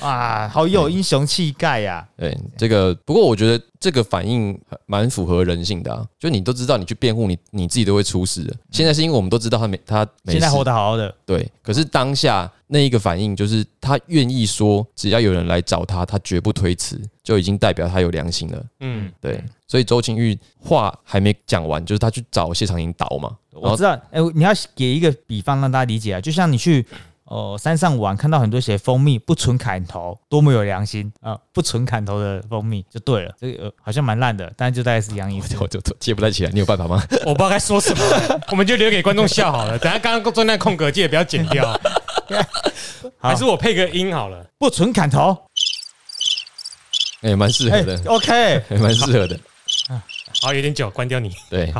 [SPEAKER 2] 哇，好有英雄气概啊呀！
[SPEAKER 1] 对，这个不过我觉得这个反应蛮符合人性的啊，就你都知道你去辩护你你自己都会出事的。现在是因为我们都知道他没他 没事
[SPEAKER 2] 现在活得好好的，
[SPEAKER 1] 对，可是当下那一个反应就是他愿意说，只要有人来找他，他绝不推辞，就已经代表他有良心了。
[SPEAKER 3] 嗯，
[SPEAKER 1] 对，所以周晴玉话还没讲完，就是他去找谢长廷倒嘛，然
[SPEAKER 2] 我
[SPEAKER 1] 后
[SPEAKER 2] 知道。哎，你要给一个比方让大家理解啊，就像你去。哦，山上玩看到很多写蜂蜜不纯砍头，多么有良心啊、不纯砍头的蜂蜜就对了，这个、呃、好像蛮烂的，但就大概是一样意思。
[SPEAKER 1] 我就接不太起来，你有办法吗？
[SPEAKER 3] 我不知道该说 什么，我们就留给观众笑好了。等下刚刚中间空格记得不要剪 掉，
[SPEAKER 2] 好
[SPEAKER 3] 还是我配个音好了。
[SPEAKER 2] 不纯砍头，
[SPEAKER 1] 哎，蛮适合
[SPEAKER 2] 哎、
[SPEAKER 1] 的，
[SPEAKER 2] o k
[SPEAKER 1] 还蛮适合的。
[SPEAKER 3] 好，有点久，关掉你。
[SPEAKER 1] 对，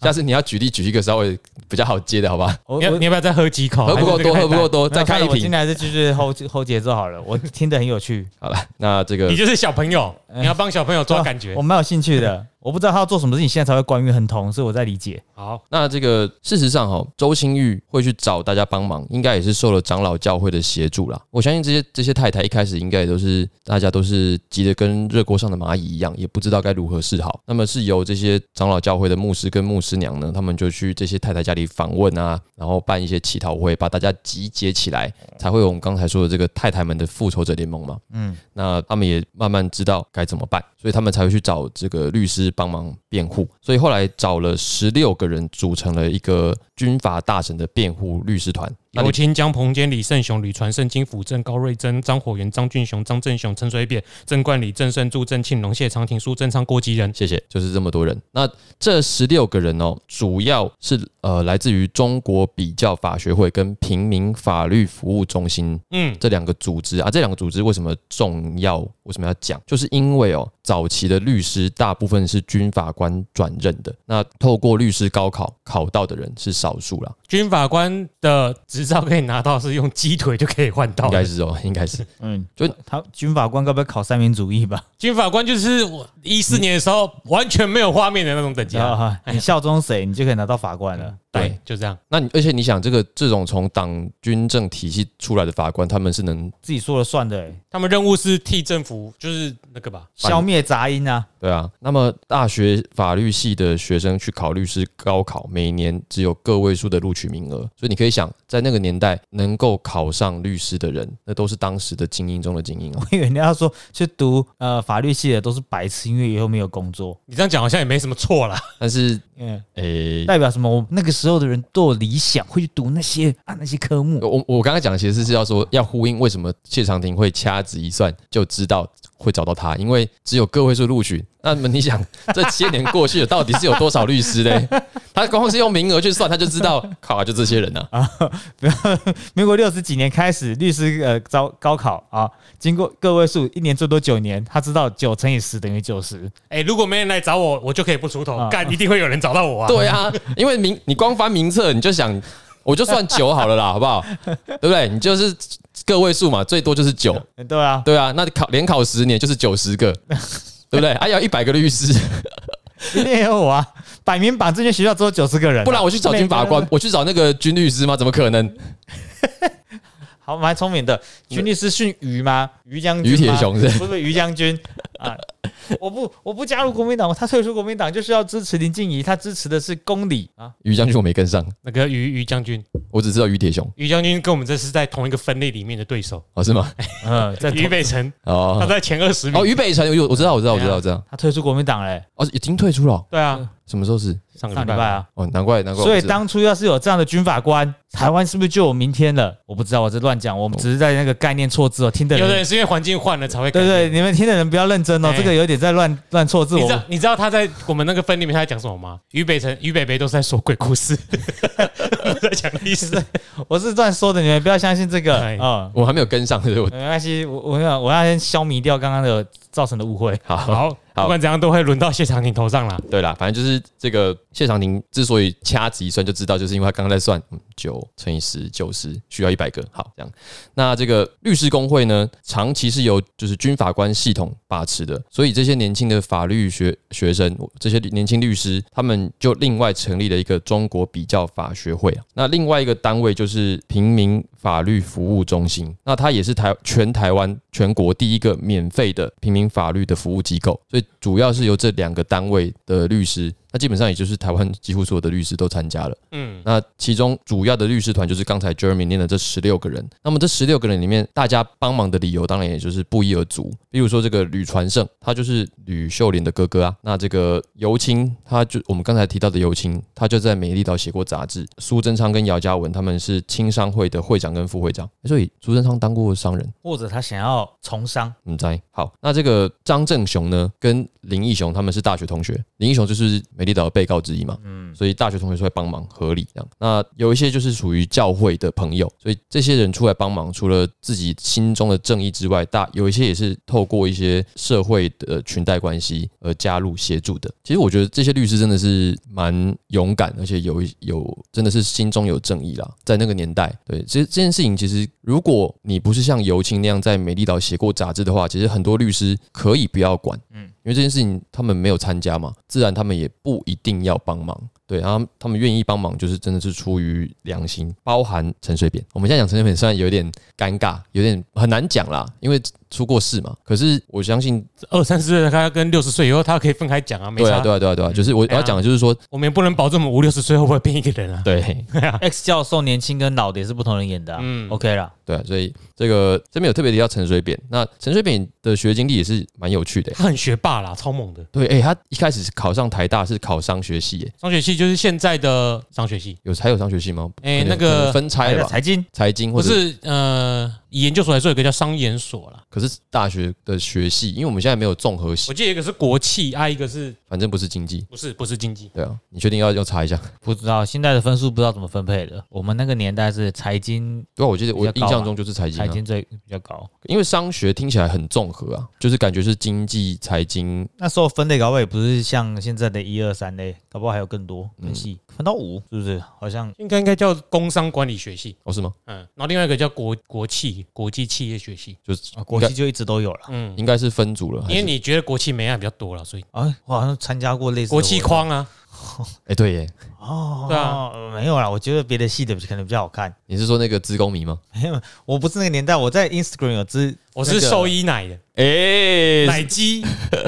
[SPEAKER 1] 下次你要举例举一个稍微比较好接的，好吧？
[SPEAKER 2] 我
[SPEAKER 3] 你要
[SPEAKER 2] 我
[SPEAKER 3] 你要不要再喝几口？
[SPEAKER 1] 喝不够多，
[SPEAKER 3] 还
[SPEAKER 1] 喝
[SPEAKER 3] 是这个太淡
[SPEAKER 1] 不够多，
[SPEAKER 2] 没
[SPEAKER 1] 再
[SPEAKER 2] 有
[SPEAKER 1] 开一
[SPEAKER 2] 我今
[SPEAKER 1] 瓶。
[SPEAKER 2] 天还是继续后后节奏好了，我听得很有趣，
[SPEAKER 1] 好了，那这个
[SPEAKER 3] 你就是小朋友，
[SPEAKER 1] 哎
[SPEAKER 3] 你要帮小朋友抓感
[SPEAKER 1] 啊
[SPEAKER 3] 觉
[SPEAKER 2] 哦我。蛮有兴趣 的。我不知道他要做什么事情，现在才会关于亨通，所以我在理解。
[SPEAKER 3] 好，
[SPEAKER 1] 那这个事实上哈、哦周清玉会去找大家帮忙，应该也是受了长老教会的协助啦。我相信这些这些太太一开始应该也都是大家都是急得跟热锅上的蚂蚁一样，也不知道该如何是好。那么是由这些长老教会的牧师跟牧师娘呢，他们就去这些太太家里访问啊，然后办一些乞讨会，把大家集结起来，才会有我们刚才说的这个太太们的复仇者联盟嘛。
[SPEAKER 2] 嗯，
[SPEAKER 1] 那他们也慢慢知道该怎么办，所以他们才会去找这个律师帮忙辩护。所以后来找了十六个人，组成了一个军阀大臣的辩护律师团。那
[SPEAKER 3] 有
[SPEAKER 1] 你
[SPEAKER 3] 请江鹏坚、李胜雄、吕传胜、金辅正、高瑞珍、张火元、张俊雄、张正雄、陈水扁、郑冠礼、郑胜、朱正庆、龙谢长廷、苏贞昌、郭吉仁。
[SPEAKER 1] 谢谢，就是这么多人。那这十六个人哦，主要是呃来自于中国比较法学会跟平民法律服务中心
[SPEAKER 3] 嗯，
[SPEAKER 1] 这两个组织啊，这两个组织为什么重要？为什么要讲？就是因为哦，早期的律师大部分是军法官转任的，那透过律师高考考到的人是少数啦，
[SPEAKER 3] 军法官的执照可以拿到，是用鸡腿就可以换到
[SPEAKER 1] 应
[SPEAKER 3] 的。
[SPEAKER 1] 该是哦， 应该是。
[SPEAKER 2] 嗯，
[SPEAKER 1] 就
[SPEAKER 2] 他军法官该不会考三民主义 吧？
[SPEAKER 3] 军法官就是我一四年的时候完全没有画面的那种等级
[SPEAKER 2] 然哦
[SPEAKER 3] 啊。
[SPEAKER 2] 后你效忠谁，你就可以拿到法官了。
[SPEAKER 3] 对
[SPEAKER 1] 对，
[SPEAKER 3] 就这样。
[SPEAKER 1] 那你而且你想，这个这种从党军政体系出来的法官，他们是能
[SPEAKER 2] 自己说了算的、欸，
[SPEAKER 3] 他们任务是替政府，就是那个吧，
[SPEAKER 1] 反
[SPEAKER 2] 消灭杂音啊。
[SPEAKER 1] 对啊。那么大学法律系的学生去考律师高考，每年只有个位数的录取名额，所以你可以想，在那个年代能够考上律师的人，那都是当时的精英中的精英啊。
[SPEAKER 2] 我以为你要说去读呃法律系的都是白痴，因为以后没有工作，
[SPEAKER 3] 你这样讲好像也没什么错啦。
[SPEAKER 1] 但是，
[SPEAKER 2] 嗯，
[SPEAKER 1] 诶、
[SPEAKER 2] 代表什么？我那个时候的人都有理想，会去读那些啊那些科目。
[SPEAKER 1] 我我刚才讲的其实是要说，要呼应为什么谢长廷会掐指一算就知道会找到他，因为只有个位数录取。那么你 想，这些年过去了，到底是有多少律师嘞？他光是用名额去算，他就知道，靠、啊，就这些人啊。
[SPEAKER 2] 民国六十几年开始，律师呃招高考啊，经过个位数，一年最多九年，他知道九乘以十等于九十，
[SPEAKER 3] 哎、如果没人来找我，我就可以不出头
[SPEAKER 2] 啊，
[SPEAKER 3] 干、一定会有人找到我啊。
[SPEAKER 1] 对啊，因为名你光翻名册，你就想，我就算九好了啦，好不好？对不对？你就是个位数嘛，最多就是九。
[SPEAKER 2] 嗯对啊，
[SPEAKER 1] 对啊，那考连考十年就是九十个，对不对？还要一百个律 师。
[SPEAKER 2] 一定也有我啊。百名榜证券学校只有九十个人啊、
[SPEAKER 1] 不然我去找军法官
[SPEAKER 2] 每个人，
[SPEAKER 1] 我去找那个军律师吗？怎么可能？
[SPEAKER 2] 都，好蛮聪明的。军律师训于吗？于将军吗？
[SPEAKER 1] 于铁雄是不是
[SPEAKER 2] 不是于将军啊！我不我不加入国民党，他退出国民党就是要支持林静怡，他支持的是公理啊。
[SPEAKER 1] 于将军我没跟上，
[SPEAKER 3] 那个于于将军，
[SPEAKER 1] 我只知道于铁雄
[SPEAKER 3] 于将军跟我们这是在同一个分类里面的对手，
[SPEAKER 1] 哦，是 吗？
[SPEAKER 2] 嗯，在
[SPEAKER 3] 于北辰，他
[SPEAKER 1] 哦
[SPEAKER 3] 在前二十名。
[SPEAKER 1] 哦，于北辰，我我知道，我知道，我知道，我知道，
[SPEAKER 2] 他退出国民党嘞，
[SPEAKER 1] 哦，已经退出了哦，
[SPEAKER 3] 对啊，
[SPEAKER 1] 什么时候是？
[SPEAKER 3] 上
[SPEAKER 2] 上礼拜啊。
[SPEAKER 1] 哦，难怪，难怪我不知道，
[SPEAKER 2] 所以当初要是有这样的军法官，台湾是不是就有明天了？我不知道，我这乱讲，我们只是在那个概念错字哦，听的
[SPEAKER 3] 有的
[SPEAKER 2] 人。
[SPEAKER 3] 人是因为环境换了才会改
[SPEAKER 2] 对对，
[SPEAKER 3] 变。
[SPEAKER 2] 你们听的人不要认真哦，
[SPEAKER 3] 哎
[SPEAKER 2] 这个有点在乱乱错字。
[SPEAKER 3] 你
[SPEAKER 2] 我
[SPEAKER 3] 知道你知道他在我们那个分里面他在讲什么吗？于北辰、于北北都是在说鬼故事， 不是在讲历史。
[SPEAKER 2] 我是乱说的，你们不要相信这个
[SPEAKER 3] 哎
[SPEAKER 2] 啊。嗯
[SPEAKER 1] 我还没有跟上，所 以我
[SPEAKER 2] 没关系，我我要我要先消弭掉刚刚的造成的误会。
[SPEAKER 1] 好。
[SPEAKER 3] 好，不管怎样都会轮到谢长廷头上啦。
[SPEAKER 1] 对啦，反正就是这个谢长廷之所以掐指一算就知道，就是因为他刚刚在算，嗯，九乘以十，九十需要一百个，好这样。那这个律师工会呢，长期是由就是军法官系统把持的，所以这些年轻的法律学学生，这些年轻律师，他们就另外成立了一个中国比较法学会啊。那另外一个单位就是平民法律服务中心，那它也是台全台湾全国第一个免费的平民法律的服务机构，所以主要是由这两个单位的律师。那基本上也就是台湾几乎所有的律师都参加了。
[SPEAKER 3] 嗯，
[SPEAKER 1] 那其中主要的律师团就是刚才 Jeremy 念的这十六个人。那么这十六个人里面，大家帮忙的理由当然也就是不一而足。比如说这个吕传胜，他就是吕秀莲的哥哥啊。那这个尤青，他就我们刚才提到的尤青，他就在美丽岛写过杂志。苏贞昌跟姚嘉文他们是青商会的会长跟副会长，所以苏贞昌当过商人。
[SPEAKER 2] 或者他想要从 商，
[SPEAKER 1] 嗯，在好，那这个张正雄呢，跟林义雄他们是大学同学，林义雄就是美丽岛的被告之一嘛，嗯，所以大学同学出来帮忙，合理这样。那有一些就是属于教会的朋友，所以这些人出来帮忙，除了自己心中的正义之外，大有一些也是透过一些社会的裙带关系而加入协助的。其实我觉得这些律师真的是蛮勇敢，而且有一有真的是心中有正义啦，在那个年代，对，其实这件事情其实如果你不是像尤青那样在美丽岛写过杂志的话，其实很多律师可以不要管，嗯，因为这件事情他们没有参加嘛，自然他们也不一定要帮忙。对，然后他们愿意帮忙，就是真的是出于良心，包含陈水扁。我们现在讲陈水扁，虽然有点尴尬，有点很难讲啦，因为出过事嘛。可是我相信，
[SPEAKER 3] 二三十岁的他跟六十岁以后，他可以分开讲啊，没
[SPEAKER 1] 对啊，
[SPEAKER 3] 差。
[SPEAKER 1] 对啊，对啊，对啊，就是我我
[SPEAKER 3] 对啊
[SPEAKER 1] 要讲的就是说，
[SPEAKER 3] 我们也不能保证我们五六十岁会不会变一个人啊。
[SPEAKER 1] 对
[SPEAKER 2] X 教授年轻跟老的也是不同人演的、啊，嗯
[SPEAKER 3] 嗯
[SPEAKER 2] ，OK 啦。
[SPEAKER 1] 对啊，所以这个这边有特别提到陈水扁，那陈水扁的学经历也是蛮有趣的欸、
[SPEAKER 3] 他很学霸啦，超猛的。
[SPEAKER 1] 对，哎、他一开始是考上台大是考商学系、欸，
[SPEAKER 3] 商学系就是现在的商学系，
[SPEAKER 1] 有还有商学系吗？
[SPEAKER 3] 哎
[SPEAKER 1] 可能
[SPEAKER 3] 那个
[SPEAKER 1] 可能分拆
[SPEAKER 2] 还有啊
[SPEAKER 1] 了吧，
[SPEAKER 2] 财经，
[SPEAKER 1] 财经
[SPEAKER 3] 不
[SPEAKER 1] 或者
[SPEAKER 3] 是呃，以研究所来说，有一个叫商研所啦。
[SPEAKER 1] 可是大学的学系，因为我们现在没有综合系
[SPEAKER 3] 我，记得一个是国企，啊，一个是
[SPEAKER 1] 反正不是经济。
[SPEAKER 3] 不是不是经济？
[SPEAKER 1] 对啊，你确定要要查一下？
[SPEAKER 2] 不知道现在的分数不知道怎么分配的。我们那个年代是财经，
[SPEAKER 1] 对啊，我记得我
[SPEAKER 2] 比较
[SPEAKER 1] 印
[SPEAKER 2] 高啊
[SPEAKER 1] 象中就是财经、
[SPEAKER 2] 财
[SPEAKER 1] 啊，
[SPEAKER 2] 经最比较高。
[SPEAKER 1] 因为商学听起来很综合啊，就是感觉是经济、财经，
[SPEAKER 2] 那时候分类搞不好也不是像现在的一二三类，搞不好还有更多更细，分到五是不是？好像
[SPEAKER 3] 应该应该叫工商管理学系，
[SPEAKER 1] 哦是吗？
[SPEAKER 3] 嗯，然后另外一个叫国国企国际企业学系，
[SPEAKER 1] 就是
[SPEAKER 2] 啊国际就一直都有了。
[SPEAKER 3] 嗯，
[SPEAKER 1] 应该是分组了，还
[SPEAKER 3] 因为
[SPEAKER 1] 是
[SPEAKER 3] 你觉得国企美案比较多了，所以
[SPEAKER 2] 啊，我好像参加过类似的
[SPEAKER 3] 国际
[SPEAKER 2] 活动
[SPEAKER 3] 框啊，
[SPEAKER 1] 哎，对耶，
[SPEAKER 2] 哦，
[SPEAKER 3] 对啊
[SPEAKER 2] 呃没有啦，我觉得别的系的可能比较好看。
[SPEAKER 1] 你是说那个资工迷吗？
[SPEAKER 2] 没有，我不是那个年代，我在 Instagram 有知，
[SPEAKER 3] 我是兽
[SPEAKER 2] 收益，
[SPEAKER 3] 医奶的奶
[SPEAKER 1] 哎，
[SPEAKER 3] 鸡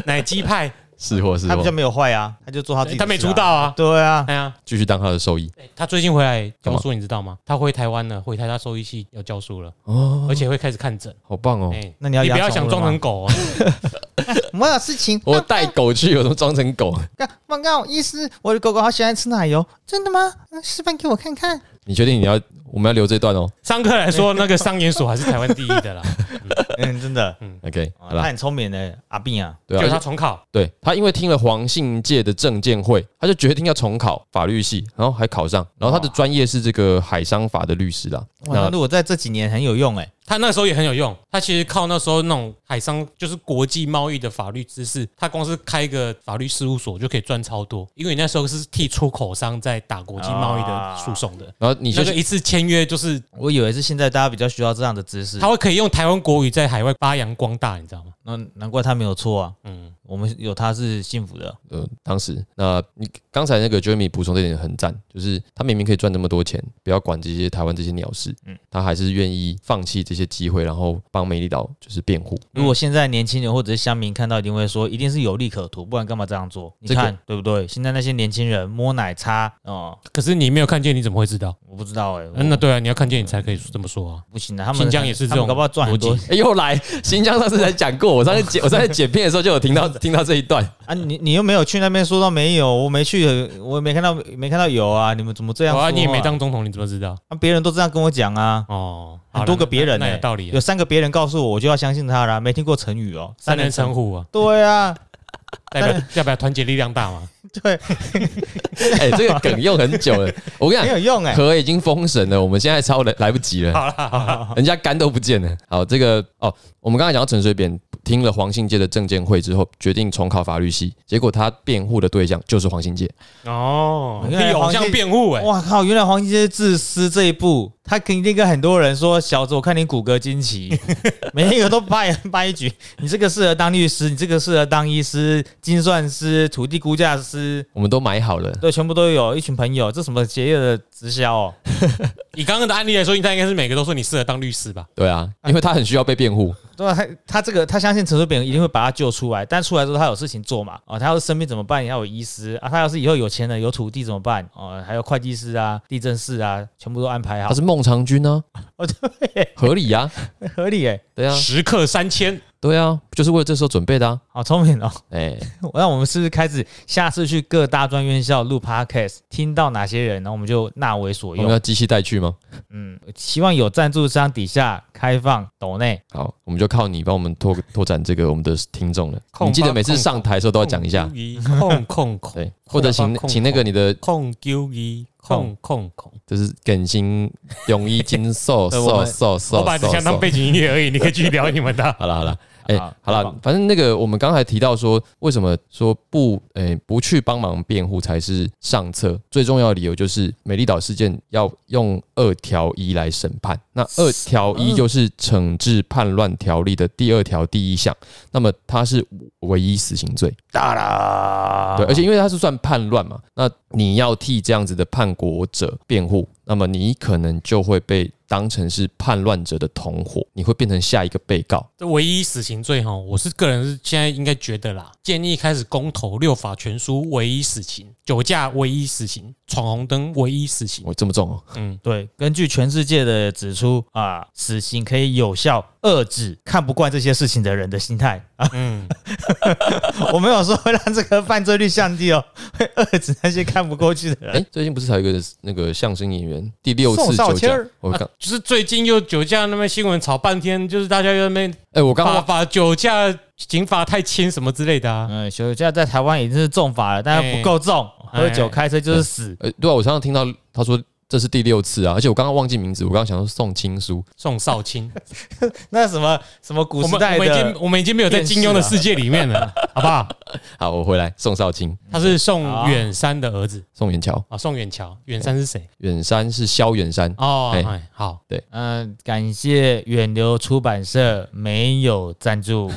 [SPEAKER 3] 奶鸡派，
[SPEAKER 1] 是或是
[SPEAKER 2] 他比较
[SPEAKER 1] 或，
[SPEAKER 2] 没有坏啊，他就做他自己、
[SPEAKER 3] 他没出道。啊。
[SPEAKER 2] 对啊，
[SPEAKER 3] 哎呀，
[SPEAKER 1] 继续当他的受益
[SPEAKER 3] 哎他最近回来
[SPEAKER 1] 干嘛
[SPEAKER 3] 教书，你知道吗？他回台湾了，回台大兽医系要教书了，
[SPEAKER 1] 哦，
[SPEAKER 3] 而且会开始看诊。
[SPEAKER 1] 好棒哦！
[SPEAKER 3] 哎，
[SPEAKER 2] 那你要
[SPEAKER 3] 你不
[SPEAKER 2] 养
[SPEAKER 3] 要
[SPEAKER 2] 宠
[SPEAKER 3] 想
[SPEAKER 2] 物
[SPEAKER 3] 装
[SPEAKER 2] 了吗
[SPEAKER 3] 成狗啊！
[SPEAKER 2] 没有事情。
[SPEAKER 1] 我带狗去，我怎么装成狗？
[SPEAKER 2] 报报告医师，我的狗狗好喜欢吃奶油，真的吗？嗯示范给我看看。
[SPEAKER 1] 你确定你要我们要留这段哦
[SPEAKER 3] 上课来说，那个商研所还是台湾第一 的啦，
[SPEAKER 2] 嗯，真的，
[SPEAKER 1] ？OK，好
[SPEAKER 2] 他
[SPEAKER 1] 啦，
[SPEAKER 2] 很聪明的阿斌啊。
[SPEAKER 1] 对
[SPEAKER 3] 就他
[SPEAKER 1] 啊，
[SPEAKER 3] 重考，
[SPEAKER 1] 对他因为听了黄信介的证监会，他就决定要重考法律系，然后还考上，然后他的专业是这个海商法的律师啦。
[SPEAKER 2] 哇，那
[SPEAKER 1] 那
[SPEAKER 2] 如果在这几年很有用哎、
[SPEAKER 3] 他那时候也很有用。他其实靠那时候那种海商，就是国际贸易的法律知识，他光是开一个法律事务所就可以赚超多，因为你那时候是替出口商在打国际贸易的诉讼
[SPEAKER 2] 啊
[SPEAKER 3] 的。
[SPEAKER 1] 然后你
[SPEAKER 3] 你
[SPEAKER 1] 就
[SPEAKER 3] 那个一次签约就是，
[SPEAKER 2] 我以为是现在大家比较需要这样的知识
[SPEAKER 3] 他，会可以用台湾国语在海外发扬光大，你知道吗？
[SPEAKER 2] 那难怪他没有错啊。
[SPEAKER 3] 嗯，
[SPEAKER 2] 我们有他是幸福的，
[SPEAKER 1] 呃，当时那你刚才那个 Jeremy 补充这点很赞，就是他明明可以赚那么多钱，不要管这些台湾这些鸟事，嗯，他还是愿意放弃这些机会，然后帮美丽岛就是辩护。
[SPEAKER 2] 如
[SPEAKER 3] 嗯
[SPEAKER 2] 果现在年轻人或者是乡民看到，一定会说，一定是有利可图，不然干嘛这样做？你
[SPEAKER 1] 这个
[SPEAKER 2] 看、对不对？现在那些年轻人摸奶擦哦、
[SPEAKER 3] 可是你没有看见，你怎么会知道？
[SPEAKER 2] 我不知道哎、我
[SPEAKER 3] 嗯，那对啊，你要看见你才可以这么说啊。
[SPEAKER 2] 不行啊，他们
[SPEAKER 3] 新疆也是这
[SPEAKER 2] 他们
[SPEAKER 3] 种
[SPEAKER 2] 搞不好赚很多
[SPEAKER 3] 逻辑
[SPEAKER 1] 哎、又来新疆上次才讲过，我上次剪 我上次剪片的时候就有听到 听到这一段，
[SPEAKER 2] 啊！你你又没有去那边，说到没有，我没去，我也没看到没看到有啊！你们怎么这样
[SPEAKER 3] 好
[SPEAKER 2] 说、
[SPEAKER 3] 啊，你也没，当总统，你怎么知道？
[SPEAKER 2] 啊，别人都这样跟我讲啊，
[SPEAKER 3] 哦，好
[SPEAKER 2] 很
[SPEAKER 3] 啦
[SPEAKER 2] 多个
[SPEAKER 3] 那
[SPEAKER 2] 别人、
[SPEAKER 3] 那
[SPEAKER 2] 欸、
[SPEAKER 3] 有道理啊
[SPEAKER 2] 有，三个别人告诉我，我就要相信他啦。没听过成语哦，
[SPEAKER 3] 三人成虎啊，
[SPEAKER 2] 对 啊，
[SPEAKER 3] 代表代表团结力量大嘛。
[SPEAKER 2] 对，
[SPEAKER 1] 哎、这个梗用很久了。我跟你
[SPEAKER 2] 没
[SPEAKER 1] 讲，
[SPEAKER 2] 有用 哎、
[SPEAKER 1] 河已经封神了，我们现在超来来不及了，
[SPEAKER 3] 好啦好啦，
[SPEAKER 1] 人家肝都不见了。好，这个哦，我们刚才讲到陈水扁听了黄信介的证监会之后，决定重考法律系，结果他辩护的对象就是黄信介。
[SPEAKER 3] 哦，
[SPEAKER 2] 原来
[SPEAKER 3] 替偶
[SPEAKER 2] 黄
[SPEAKER 3] 像
[SPEAKER 2] 信哦
[SPEAKER 3] 辩护哎，
[SPEAKER 2] 哇靠！原来黄金街自私这一步，他肯定跟很多人说：“小子，我看你骨骼惊 奇，每一个都掰掰一局。你这个适合当律师，你这个适合当医师、精算师、土地估价师，
[SPEAKER 1] 我们都买好了，
[SPEAKER 2] 对，全部都有一群朋友。这什么邪恶的直销哦？
[SPEAKER 3] 以刚刚的案例来说，应该应该是每个都说你适合当律师吧？
[SPEAKER 1] 对啊，因为他很需要被辩护。
[SPEAKER 2] 对啊，他他这个他相信陈水扁一定会把他救出来，但出来之后他有事情做嘛？哦，他要是生病怎么办？要有医师啊，他要是以后有钱了有土地怎么办？哦，还有会计师啊、地震师啊，全部都安排好
[SPEAKER 1] 他，是孟尝君呢、
[SPEAKER 2] 哦
[SPEAKER 1] 合理呀、
[SPEAKER 2] 合理哎，
[SPEAKER 1] 对啊，
[SPEAKER 3] 时刻三千，
[SPEAKER 1] 对啊，就是为了这时候准备的啊。
[SPEAKER 2] 好聪明哦。
[SPEAKER 1] 哎、
[SPEAKER 2] 那我们是不是开始下次去各大专院校录 podcast，听到哪些人，然后我们就纳为所
[SPEAKER 1] 我们
[SPEAKER 2] 用
[SPEAKER 1] 要。机器带去吗？
[SPEAKER 2] 嗯，希望有赞助商底下开放抖内。
[SPEAKER 1] 好，我们就靠你帮我们拓拓展这个我们的听众了。
[SPEAKER 3] 控
[SPEAKER 1] 你记得
[SPEAKER 3] 吧
[SPEAKER 1] 每次
[SPEAKER 3] 控
[SPEAKER 1] 上台的时候都要讲一下，
[SPEAKER 3] 控控控
[SPEAKER 1] 对，或者请
[SPEAKER 3] 控
[SPEAKER 1] 请那个你的
[SPEAKER 3] 控 Q 一控控控。
[SPEAKER 1] 就是梗心泳衣 金瘦
[SPEAKER 2] 对我
[SPEAKER 1] 瘦
[SPEAKER 2] 们
[SPEAKER 1] 瘦瘦
[SPEAKER 3] 我把只
[SPEAKER 1] 瘦
[SPEAKER 3] 想当
[SPEAKER 1] 瘦。
[SPEAKER 3] 背景音乐而已，你可以继续聊你们的。
[SPEAKER 1] 好了好了，哎、
[SPEAKER 2] 好
[SPEAKER 1] 好
[SPEAKER 2] 太棒
[SPEAKER 1] 了，反正那个我们刚才提到说，为什么说不哎、不去帮忙辩护才是上策？最重要的理由就是美丽岛事件要用二条一来审判。那二条一就是惩治叛乱条例的第二条第一项，那么它是唯一死刑罪。
[SPEAKER 2] 哒啦
[SPEAKER 1] 对，而且因为他是算叛乱嘛，那你要替这样子的叛国者辩护，那么你可能就会被当成是叛乱者的同伙，你会变成下一个被告。
[SPEAKER 3] 这唯一死刑罪哈，我是个人是现在应该觉得啦，建议开始公投六法全书唯一死刑，酒驾唯一死刑，闯红灯唯一死刑。
[SPEAKER 1] 我这么重哦，
[SPEAKER 3] 嗯，
[SPEAKER 2] 对，根据全世界的指出啊，死刑可以有效遏制看不惯这些事情的人的心态。
[SPEAKER 3] 嗯，
[SPEAKER 2] 我没有说会让这个犯罪率降低哦， 会遏制那些看不过去的人。
[SPEAKER 1] 哎，最近不是才有一个那个相声演员第六
[SPEAKER 2] 宋
[SPEAKER 1] 次
[SPEAKER 2] 少
[SPEAKER 1] 酒
[SPEAKER 2] 卿
[SPEAKER 1] 驾
[SPEAKER 2] 儿？
[SPEAKER 1] 我刚
[SPEAKER 3] 就是最近又酒驾那边新闻吵半天，就是大家又在那边
[SPEAKER 1] 哎，我刚
[SPEAKER 3] 罚
[SPEAKER 1] 刚
[SPEAKER 3] 罚酒驾刑罚太轻什么之类的啊。
[SPEAKER 2] 嗯，酒驾在台湾已经是重罚了，但是不够重，
[SPEAKER 3] 哎
[SPEAKER 2] 喝酒开车就是死。
[SPEAKER 1] 呃，对啊，我常常听到他说这是第六次啊，而且我刚刚忘记名字，我刚刚想说宋青书，
[SPEAKER 3] 宋少卿，
[SPEAKER 2] 那什么什么 古
[SPEAKER 3] 我
[SPEAKER 2] 时
[SPEAKER 3] 们
[SPEAKER 2] 代
[SPEAKER 3] 我们已
[SPEAKER 2] 的啊
[SPEAKER 3] 经我们已经没有在金庸的世界里 面了，好不好？
[SPEAKER 1] 好，我回来，宋少卿。
[SPEAKER 3] 他是宋远山的儿子
[SPEAKER 1] 宋元桥，
[SPEAKER 3] 啊，宋远桥。远山是谁？
[SPEAKER 1] 远山是萧远山，
[SPEAKER 3] 哦，
[SPEAKER 1] 哎
[SPEAKER 3] 哎，好，
[SPEAKER 2] 呃嗯，感谢远流出版社没有赞助。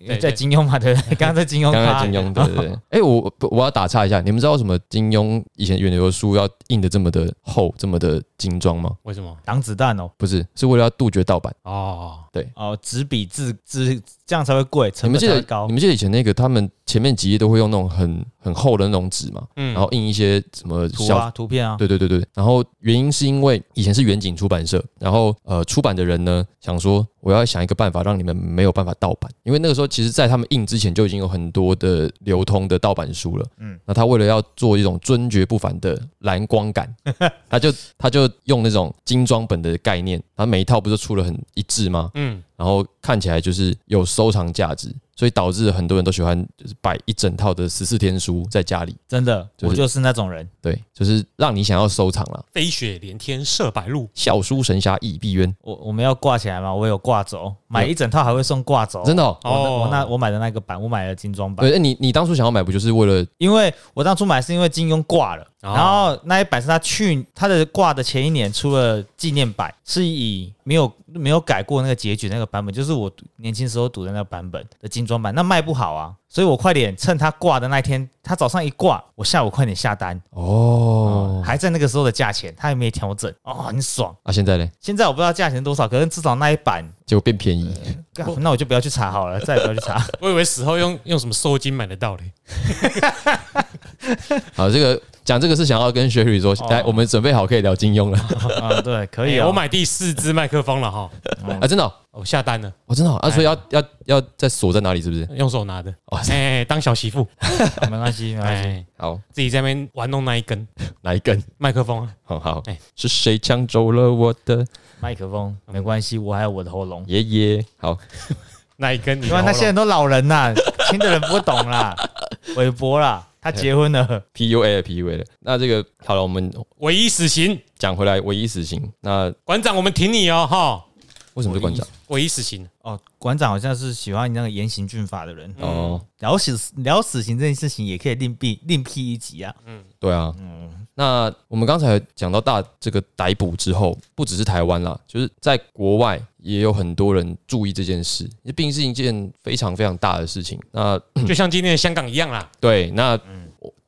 [SPEAKER 3] 对
[SPEAKER 2] 在
[SPEAKER 3] 对
[SPEAKER 2] 金庸嘛，对不对？刚刚在金庸，
[SPEAKER 1] 刚才金庸，对对对。哎、我我我要打岔一下，你们知道为什么金庸以前远流书要印的这么的厚，这么的精装吗？
[SPEAKER 3] 为什么？
[SPEAKER 2] 挡子弹哦，
[SPEAKER 1] 不是，是为了要杜绝盗版。
[SPEAKER 3] 哦，
[SPEAKER 2] 哦，纸笔字字这样才会贵，
[SPEAKER 1] 你
[SPEAKER 2] 成
[SPEAKER 1] 们
[SPEAKER 2] 本
[SPEAKER 1] 记
[SPEAKER 2] 才会
[SPEAKER 1] 得
[SPEAKER 2] 高
[SPEAKER 1] 你。们记得以前那个他们前面几页都会用那种很很厚的那种纸嘛，
[SPEAKER 3] 嗯，
[SPEAKER 1] 然后印一些什么
[SPEAKER 2] 图
[SPEAKER 1] 小
[SPEAKER 2] 啊，图片啊，
[SPEAKER 1] 对对对对，然后原因是因为以前是远景出版社，然后呃出版的人呢想说我要想一个办法让你们没有办法盗版，因为那个时候其实，在他们印之前就已经有很多的流通的盗版书了。嗯
[SPEAKER 2] 嗯，
[SPEAKER 1] 那他为了要做一种尊爵不凡的蓝光感，他就他就用那种精装本的概念，他每一套不是出了很一致吗？
[SPEAKER 3] 嗯，
[SPEAKER 1] 然后看起来就是有收藏价值，所以导致很多人都喜欢就是摆一整套的十四天书在家里。
[SPEAKER 2] 真的，
[SPEAKER 1] 就是
[SPEAKER 2] 我就是那种人。
[SPEAKER 1] 对，就是让你想要收藏啦。
[SPEAKER 3] 飞雪连天射白鹿，
[SPEAKER 1] 笑书神侠倚碧鸳，
[SPEAKER 2] 我我们要挂起来嘛，我有挂轴，买一整套还会送挂轴。
[SPEAKER 1] 真的哦。
[SPEAKER 2] 我那
[SPEAKER 3] 哦
[SPEAKER 2] 我那我买的那个版，我买了精装版
[SPEAKER 1] 对，，哎你你当初想要买，不就是为了
[SPEAKER 2] 因为我当初买是因为金庸挂了，
[SPEAKER 3] 哦
[SPEAKER 2] 然后那一版是他去他的挂的前一年出了纪念版，是以没有没有改过那个结局那个版本，就是我年轻时候读的那个版本的精装版，那卖不好啊，所以我快点趁他挂的那天，他早上一挂，我下午快点下单，
[SPEAKER 1] 哦？
[SPEAKER 2] 还在那个时候的价钱，他也没调整，哦，很爽。
[SPEAKER 1] 啊，现在呢，
[SPEAKER 2] 现在我不知道价钱多少，可是至少那一版，
[SPEAKER 1] 结果变便宜，
[SPEAKER 2] 干那我就不要去查好了，再也不要去 查。
[SPEAKER 3] 我以为死后用用什么收金买得到嘞。
[SPEAKER 1] 好，这个讲这个是想要跟雪宇说，
[SPEAKER 2] 哦
[SPEAKER 1] 来，我们准备好可以聊金庸了
[SPEAKER 3] 哦
[SPEAKER 2] 啊，对，可以、
[SPEAKER 3] 哎
[SPEAKER 2] 哦
[SPEAKER 3] 我买第四支麦克风了哈，
[SPEAKER 1] 啊，真的哦，
[SPEAKER 3] 我下单了，
[SPEAKER 1] 哦真的哦啊，所以
[SPEAKER 3] 哎
[SPEAKER 1] 要要要再锁在哪里，是不是？
[SPEAKER 3] 用手拿的。
[SPEAKER 1] 哇塞，
[SPEAKER 3] 哎，当小媳妇，
[SPEAKER 2] 啊没关系，没关系。
[SPEAKER 3] 哎，
[SPEAKER 1] 好，
[SPEAKER 3] 自己在那边玩弄那一根
[SPEAKER 1] 哪一根？
[SPEAKER 3] 麦克风啊。
[SPEAKER 1] 好好
[SPEAKER 3] 哎，
[SPEAKER 1] 是谁抢走了我的
[SPEAKER 2] 麦克风没关系，我还有我的喉咙。
[SPEAKER 1] 爷爷？好，
[SPEAKER 3] 那一根你
[SPEAKER 2] 因为
[SPEAKER 3] 的
[SPEAKER 2] 那
[SPEAKER 3] 喉
[SPEAKER 2] 些人
[SPEAKER 3] 咙？
[SPEAKER 2] 都老人呐、 听的人不懂啦，韦伯啦，他结婚了，
[SPEAKER 1] ，PUA 了 PUA 了。那这个好了，我们
[SPEAKER 3] 唯一死刑，
[SPEAKER 1] 讲回来，唯一死刑，那
[SPEAKER 3] 馆长，我们挺你哦，哈，
[SPEAKER 1] 为什么是馆长？
[SPEAKER 3] 唯一死刑。
[SPEAKER 2] 哦，馆长好像是喜欢你那个严刑峻法的人。
[SPEAKER 3] 嗯
[SPEAKER 1] 哦，
[SPEAKER 2] 聊死聊死刑这件事情也可以另辟另辟一集啊。
[SPEAKER 1] 对啊，
[SPEAKER 2] 嗯，
[SPEAKER 1] 那我们刚才讲到大这个逮捕之后，不只是台湾啦，就是在国外也有很多人注意这件事，这毕竟是一件非常非常大的事情。那
[SPEAKER 2] 嗯
[SPEAKER 3] 就像今天的香港一样啦。
[SPEAKER 1] 对，那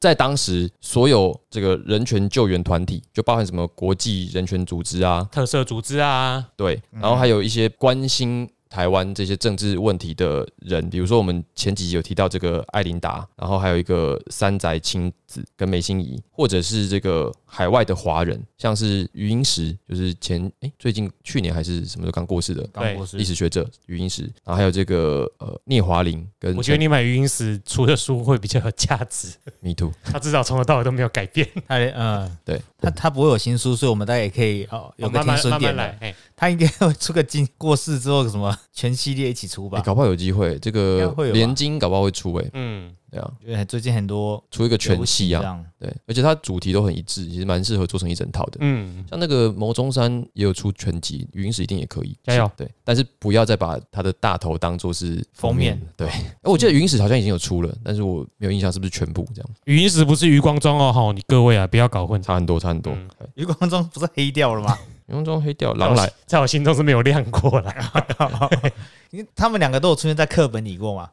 [SPEAKER 1] 在当时，所有这个人权救援团体，就包含什么国际人权组织啊，
[SPEAKER 3] 特色组织啊，
[SPEAKER 1] 对，
[SPEAKER 2] 嗯
[SPEAKER 1] 然后还有一些关心台湾这些政治问题的人，比如说我们前几集有提到这个艾琳达，然后还有一个三宅亲子跟梅心怡，或者是这个海外的华人，像是余英时，就是前诶最近去年还是什么时候刚过世的。
[SPEAKER 2] 刚博士
[SPEAKER 1] 历史学者余英时，然后还有这个呃聂华苓跟
[SPEAKER 3] 我觉得
[SPEAKER 1] 陈
[SPEAKER 3] 你买语音时出的书会比较有价值，
[SPEAKER 1] Me Too，
[SPEAKER 3] 它至少从头到尾都没有改变。
[SPEAKER 2] 他嗯，
[SPEAKER 1] 对
[SPEAKER 2] 他他不会有新书，所以我们大家也可以哦有
[SPEAKER 3] 我
[SPEAKER 2] 个
[SPEAKER 3] 慢
[SPEAKER 2] 听
[SPEAKER 3] 慢
[SPEAKER 2] 损
[SPEAKER 3] 慢
[SPEAKER 2] 点
[SPEAKER 3] 慢
[SPEAKER 2] 的
[SPEAKER 3] 来，哎，
[SPEAKER 2] 他应该会出个经过世之后什么全系列一起出
[SPEAKER 1] 诶
[SPEAKER 2] 吧。
[SPEAKER 1] 搞不好有机会，这
[SPEAKER 2] 应
[SPEAKER 1] 个
[SPEAKER 2] 该会有吧
[SPEAKER 1] 连经搞不好会出诶，
[SPEAKER 3] 嗯，
[SPEAKER 1] 对啊，
[SPEAKER 2] 因为最近很多
[SPEAKER 1] 出一个全系
[SPEAKER 2] 这
[SPEAKER 1] 啊，
[SPEAKER 2] 样
[SPEAKER 1] 对，而且它主题都很一致，其实蛮适合做成一整套的。
[SPEAKER 3] 嗯，
[SPEAKER 1] 像那个牟中山也有出全集，语音史一定也可以，
[SPEAKER 3] 加油！
[SPEAKER 1] 对，但是不要再把他的大头当做是
[SPEAKER 2] 封面。
[SPEAKER 1] 对， 哎我记得语音史好像已经有出了，但是我没有印象是不是全部这样，
[SPEAKER 3] 语音时不是余光中哦，吼，你各位啊，不要搞混。
[SPEAKER 1] 差很多，差很多。
[SPEAKER 3] 嗯
[SPEAKER 1] 对
[SPEAKER 2] 余光中不是黑掉了吗？
[SPEAKER 1] 余光中黑掉狼来，
[SPEAKER 3] 在我心中是没有亮过啦。
[SPEAKER 2] 因为他们两个都有出现在课本里过嘛？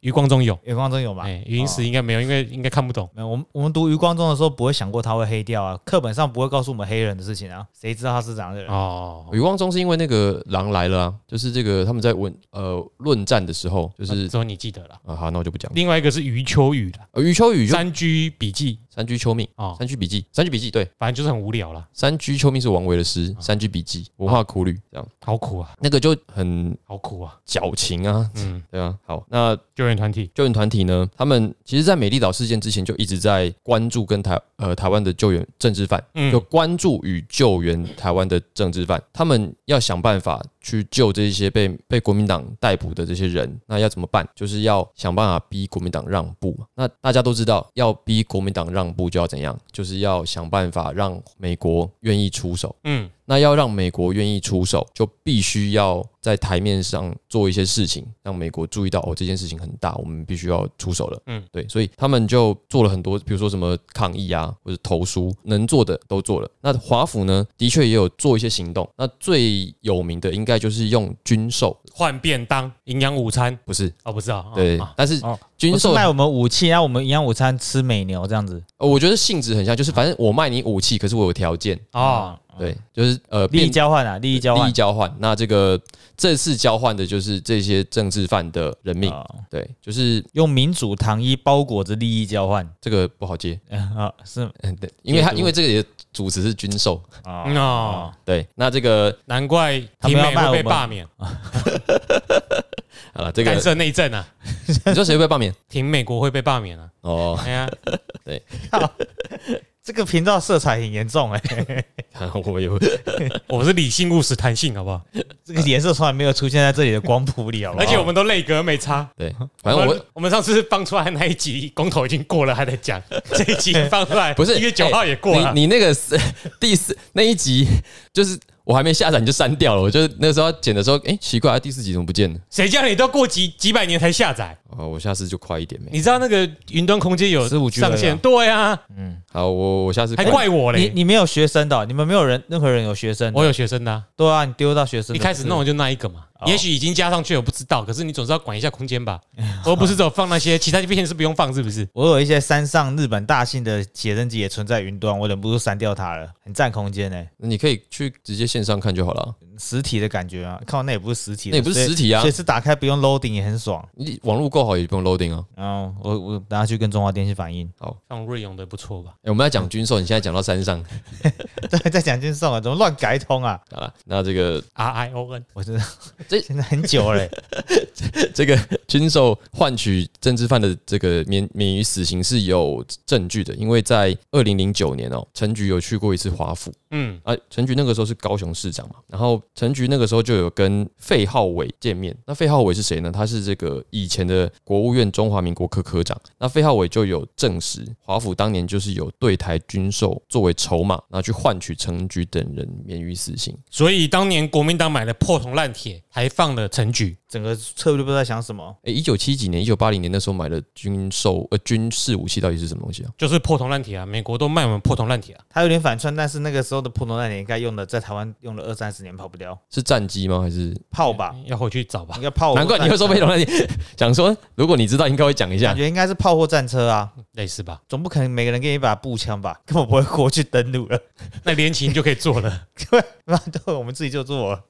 [SPEAKER 3] 余光中有，
[SPEAKER 2] 余光中有吗？
[SPEAKER 3] 哎，语音时应该没有，因为应该看不懂。
[SPEAKER 2] 没有，我们我们读余光中的时候不会想过他会黑掉啊，课本上不会告诉我们黑人的事情啊，谁知道他是怎样的人？
[SPEAKER 3] 哦，
[SPEAKER 1] 余光中是因为那个狼来了啊，就是这个他们在文呃论战的时候，就是
[SPEAKER 3] 之后你记得了。
[SPEAKER 1] 啊好，那我就不讲。
[SPEAKER 3] 另外一个是余秋雨啦，
[SPEAKER 1] 呃余秋雨
[SPEAKER 3] 《
[SPEAKER 1] 就
[SPEAKER 3] 山居笔记
[SPEAKER 1] 三居秋命，》
[SPEAKER 3] 哦，
[SPEAKER 1] 三居笔记，三居笔记对，
[SPEAKER 3] 反正就是很无聊啦，
[SPEAKER 1] 三居秋命是王维的诗，三居笔记文化苦旅这样，
[SPEAKER 3] 好苦啊，
[SPEAKER 1] 那个就很
[SPEAKER 3] 好苦啊。
[SPEAKER 1] 矫情啊，
[SPEAKER 3] 嗯，
[SPEAKER 1] 对啊。好，那
[SPEAKER 3] 救援团体，
[SPEAKER 1] 救援团体呢，他们其实，在美丽岛事件之前就一直在关注跟台呃台湾的救援政治犯，
[SPEAKER 3] 嗯
[SPEAKER 1] 就关注与救援台湾的政治犯，他们要想办法去救这些被被国民党逮捕的这些人，那要怎么办？就是要想办法逼国民党让步嘛。那大家都知道，要逼国民党让步就要怎样，就是要想办法让美国愿意出手。
[SPEAKER 3] 嗯，
[SPEAKER 1] 那要让美国愿意出手，就必须要在台面上做一些事情，让美国注意到哦这件事情很大，我们必须要出手了。
[SPEAKER 3] 嗯
[SPEAKER 1] 嗯，对，所以他们就做了很多，比如说什么抗议啊，或者投书，能做的都做了。那华府呢，的确也有做一些行动。那最有名的应该就是用军售，
[SPEAKER 3] 换便当、营养午餐
[SPEAKER 1] 不是？
[SPEAKER 3] 哦，不知道，啊
[SPEAKER 1] 对，
[SPEAKER 3] 啊
[SPEAKER 1] 但是
[SPEAKER 2] 哦
[SPEAKER 1] 军
[SPEAKER 2] 不是
[SPEAKER 1] 售
[SPEAKER 2] 卖我们武器，然后我们营养午餐吃美牛这样子，
[SPEAKER 1] 呃我觉得性质很像，就是反正我卖你武器，可是我有条件，
[SPEAKER 3] 哦，
[SPEAKER 1] 对，就是呃
[SPEAKER 2] 利益
[SPEAKER 1] 变
[SPEAKER 2] 交换啊，利益交
[SPEAKER 1] 利益
[SPEAKER 2] 换，
[SPEAKER 1] 交换。那这个这次交换的就是这些政治犯的人命，
[SPEAKER 3] 啊
[SPEAKER 2] 哦
[SPEAKER 1] 对，就是
[SPEAKER 2] 用民主糖衣包裹着利益交换，
[SPEAKER 1] 这个不好 接，
[SPEAKER 2] 啊是
[SPEAKER 1] 嗯，对，因为他
[SPEAKER 3] 解读
[SPEAKER 1] 因为这个也主旨是军售，
[SPEAKER 2] 啊
[SPEAKER 3] 嗯哦，
[SPEAKER 1] 对，那这个
[SPEAKER 3] 难怪
[SPEAKER 2] 他
[SPEAKER 3] 体
[SPEAKER 2] 们要
[SPEAKER 3] 美
[SPEAKER 2] 卖我
[SPEAKER 3] 会被
[SPEAKER 2] 们
[SPEAKER 3] 罢免，
[SPEAKER 1] 好了，这个
[SPEAKER 3] 干涉内政啊，
[SPEAKER 1] 你说谁会 罢免？
[SPEAKER 3] 挺美国会被罢免啊，
[SPEAKER 1] 哦，
[SPEAKER 3] 哎呀，
[SPEAKER 2] 这个频道色彩很严重哎、
[SPEAKER 1] 看 我有
[SPEAKER 3] 我是理性务实弹性，好不好？
[SPEAKER 2] 这个颜色从来没有出现在这里的光谱里，好不好？
[SPEAKER 3] 而且我们都内阁没差。
[SPEAKER 1] 对，反正 我
[SPEAKER 3] 我们上次放出来那一集，公投已经过了，还在讲这一集放出来，
[SPEAKER 1] 不是哎
[SPEAKER 3] 一月九号也过了。
[SPEAKER 1] 你你那个是第四那一集就是。我还没下载你就删掉了，我就是那时候要剪的时候，哎、奇怪，第四集怎么不见了？
[SPEAKER 3] 谁叫你都过几几百年才下载？
[SPEAKER 1] 哦，我下次就快一点没。
[SPEAKER 3] 你知道那个云端空间有
[SPEAKER 2] 15 G 了
[SPEAKER 3] 上限？
[SPEAKER 2] 吧
[SPEAKER 3] 对啊，
[SPEAKER 1] 好，我我下次
[SPEAKER 3] 还
[SPEAKER 1] 快
[SPEAKER 3] 怪我
[SPEAKER 2] 你
[SPEAKER 3] 嘞！
[SPEAKER 2] 你没有学生的哦、你们没有人任何人有学生的，
[SPEAKER 3] 我有学生的啊，
[SPEAKER 2] 对啊，你丢到学生
[SPEAKER 3] 一
[SPEAKER 2] 的
[SPEAKER 3] 开始
[SPEAKER 2] 是
[SPEAKER 3] 弄的就那一个嘛，
[SPEAKER 2] 哦
[SPEAKER 3] 也许已经加上去了，我不知道。可是你总是要管一下空间吧？我又不是只有放那些，其他片是不用放，是不是？
[SPEAKER 2] 我有一些山上日本大姓的写真集也存在云端，我忍不住删掉它了，很占空间呢、欸
[SPEAKER 1] 那你可以去直接线上看就好了啊。
[SPEAKER 2] 实体的感觉啊，靠，那也不是实体
[SPEAKER 1] 那
[SPEAKER 2] 的，
[SPEAKER 1] 也不是实体啊
[SPEAKER 2] 所以所以是打开不用 loading 也很爽。
[SPEAKER 1] 你网络够好也不用 loading 啊。
[SPEAKER 2] 然后我我等下去跟中华电信反映，
[SPEAKER 3] 放瑞勇的不错吧？
[SPEAKER 1] 哎诶我们要讲军售，你现在讲到山上，
[SPEAKER 2] 对，在讲件事啊，怎么乱改通啊？
[SPEAKER 1] 好了，那这个
[SPEAKER 3] R I O N，
[SPEAKER 2] 我真的
[SPEAKER 1] 这
[SPEAKER 2] 现在很久了欸、
[SPEAKER 1] 这个 军售换取政治犯的这个免免于死刑是有证据的，因为在二零零九年哦、陈菊有去过一次华府
[SPEAKER 3] 嗯，
[SPEAKER 1] 啊，陈菊那个时候是高雄市长嘛，然后陈菊那个时候就有跟费浩伟见面，那费浩伟是谁呢？他是这个以前的国务院中华民国科科长，那费浩伟就有证实华府当年就是有对台军售作为筹码，然后去换取陈菊等人免于死刑。
[SPEAKER 3] 所以当年国民党买了破铜烂铁，还放了陈举，
[SPEAKER 2] 整个策略不知道在想什么。
[SPEAKER 1] 诶，一九七几年、一九八零年那时候买的军售呃军事武器到底是什么东西啊？
[SPEAKER 3] 就是破铜烂铁啊！美国都卖我们破铜烂铁啊！
[SPEAKER 2] 他有点反串，但是那个时候的普通那年应该用的，在台湾用了二三十年跑不掉，
[SPEAKER 1] 是战机吗？还是
[SPEAKER 2] 炮吧，
[SPEAKER 3] 要回去找吧
[SPEAKER 2] 应。该炮火战。
[SPEAKER 1] 嗯难怪你会 说被动那些讲说，如果你知道，应该会讲一
[SPEAKER 2] 感
[SPEAKER 1] 下。
[SPEAKER 2] 觉应该是炮火战车啊，
[SPEAKER 3] 类似吧，
[SPEAKER 2] 总不可能每个人给你一把步枪吧？ 根本不会过去登陆了。
[SPEAKER 3] 那联勤就可以做了。
[SPEAKER 2] 那对，我们自己就做了。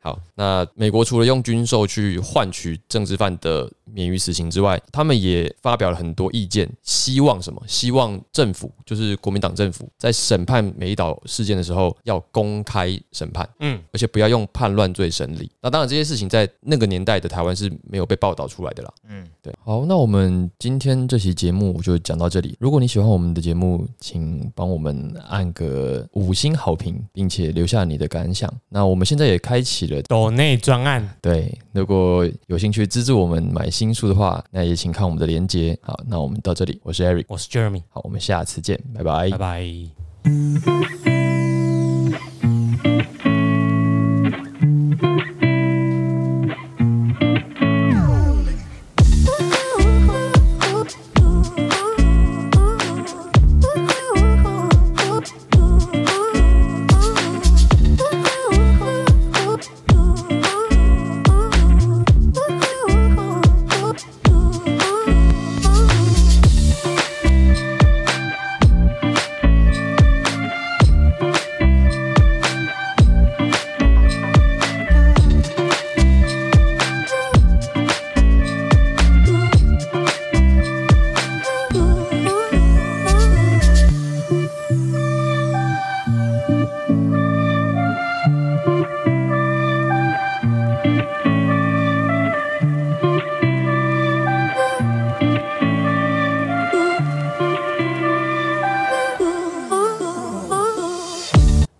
[SPEAKER 1] 好，那美国除了用军售去换取政治犯的免于死刑之外，他们也发表了很多意见，希望什么？希望政府就是国民党政府在审判美岛事件的时候要公开审判。
[SPEAKER 3] 嗯，
[SPEAKER 1] 而且不要用叛乱罪审理。那当然，这些事情在那个年代的台湾是没有被报道出来的啦。
[SPEAKER 2] 嗯，
[SPEAKER 1] 对。好，那我们今天这期节目就讲到这里。如果你喜欢我们的节目，请帮我们按个五星好评，并且留下你的感想。那我们现在也开启了。
[SPEAKER 3] 抖内专案，
[SPEAKER 1] 对，如果有兴趣资助我们买新书的话，那也请看我们的链接。好，那我们到这里，我是 Eric，
[SPEAKER 3] 我是 Jeremy，
[SPEAKER 1] 好，我们下次见，拜
[SPEAKER 3] 拜拜。